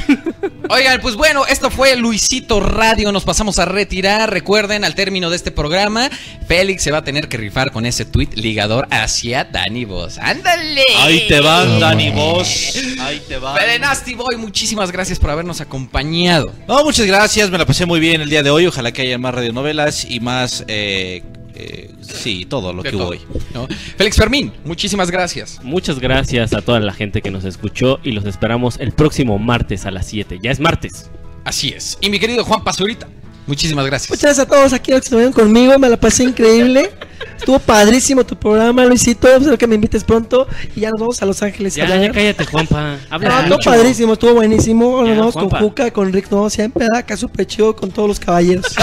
Oigan, pues bueno, esto fue Luisito Radio. Nos pasamos a retirar. Recuerden, al término de este programa, Félix se va a tener que rifar con ese tweet ligador hacia Dani Vos. ¡Ándale!
Ahí te van, Dani Vos. Ahí te van.
Pero Nasty Boy, muchísimas gracias por habernos acompañado.
No, muchas gracias, me la pasé muy bien el día de hoy. Ojalá que haya más radionovelas y más. eh, eh, sí, todo lo
De
que
todo,
voy.
¿no? Félix Fermín, muchísimas gracias.
Muchas gracias a toda la gente que nos escuchó y los esperamos el próximo martes a las 7. Ya es martes.
Así es. Y mi querido Juan Pazurita, muchísimas gracias.
Muchas gracias a todos aquí los que estuvieron conmigo, me la pasé increíble. Estuvo padrísimo tu programa, Luisito. Espero que me invites pronto y ya nos vamos a Los Ángeles. a
Ya,
hablar.
ya cállate, Juanpa.
No,
Habla
estuvo
mucho.
padrísimo, estuvo buenísimo.
Ya,
Nos vamos con
Juanpa.
Cuca, con Rick, no, siempre ah, acá súper chido con todos los caballeros.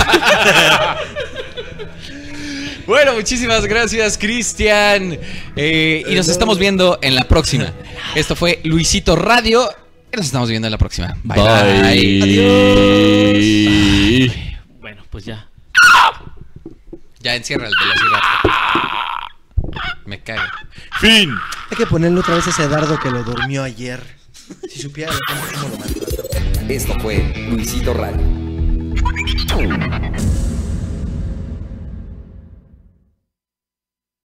Bueno, muchísimas gracias, Cristian. Eh, y nos estamos viendo en la próxima. Esto fue Luisito Radio. Nos estamos viendo en la próxima. Bye. bye. Adiós.
Bueno, pues ya.
Ya encierra el velocidad. Me cago.
Fin.
Hay que ponerle otra vez a ese dardo que lo durmió ayer. Si supiera cómo- cómo lo mató.
Esto fue Luisito Radio.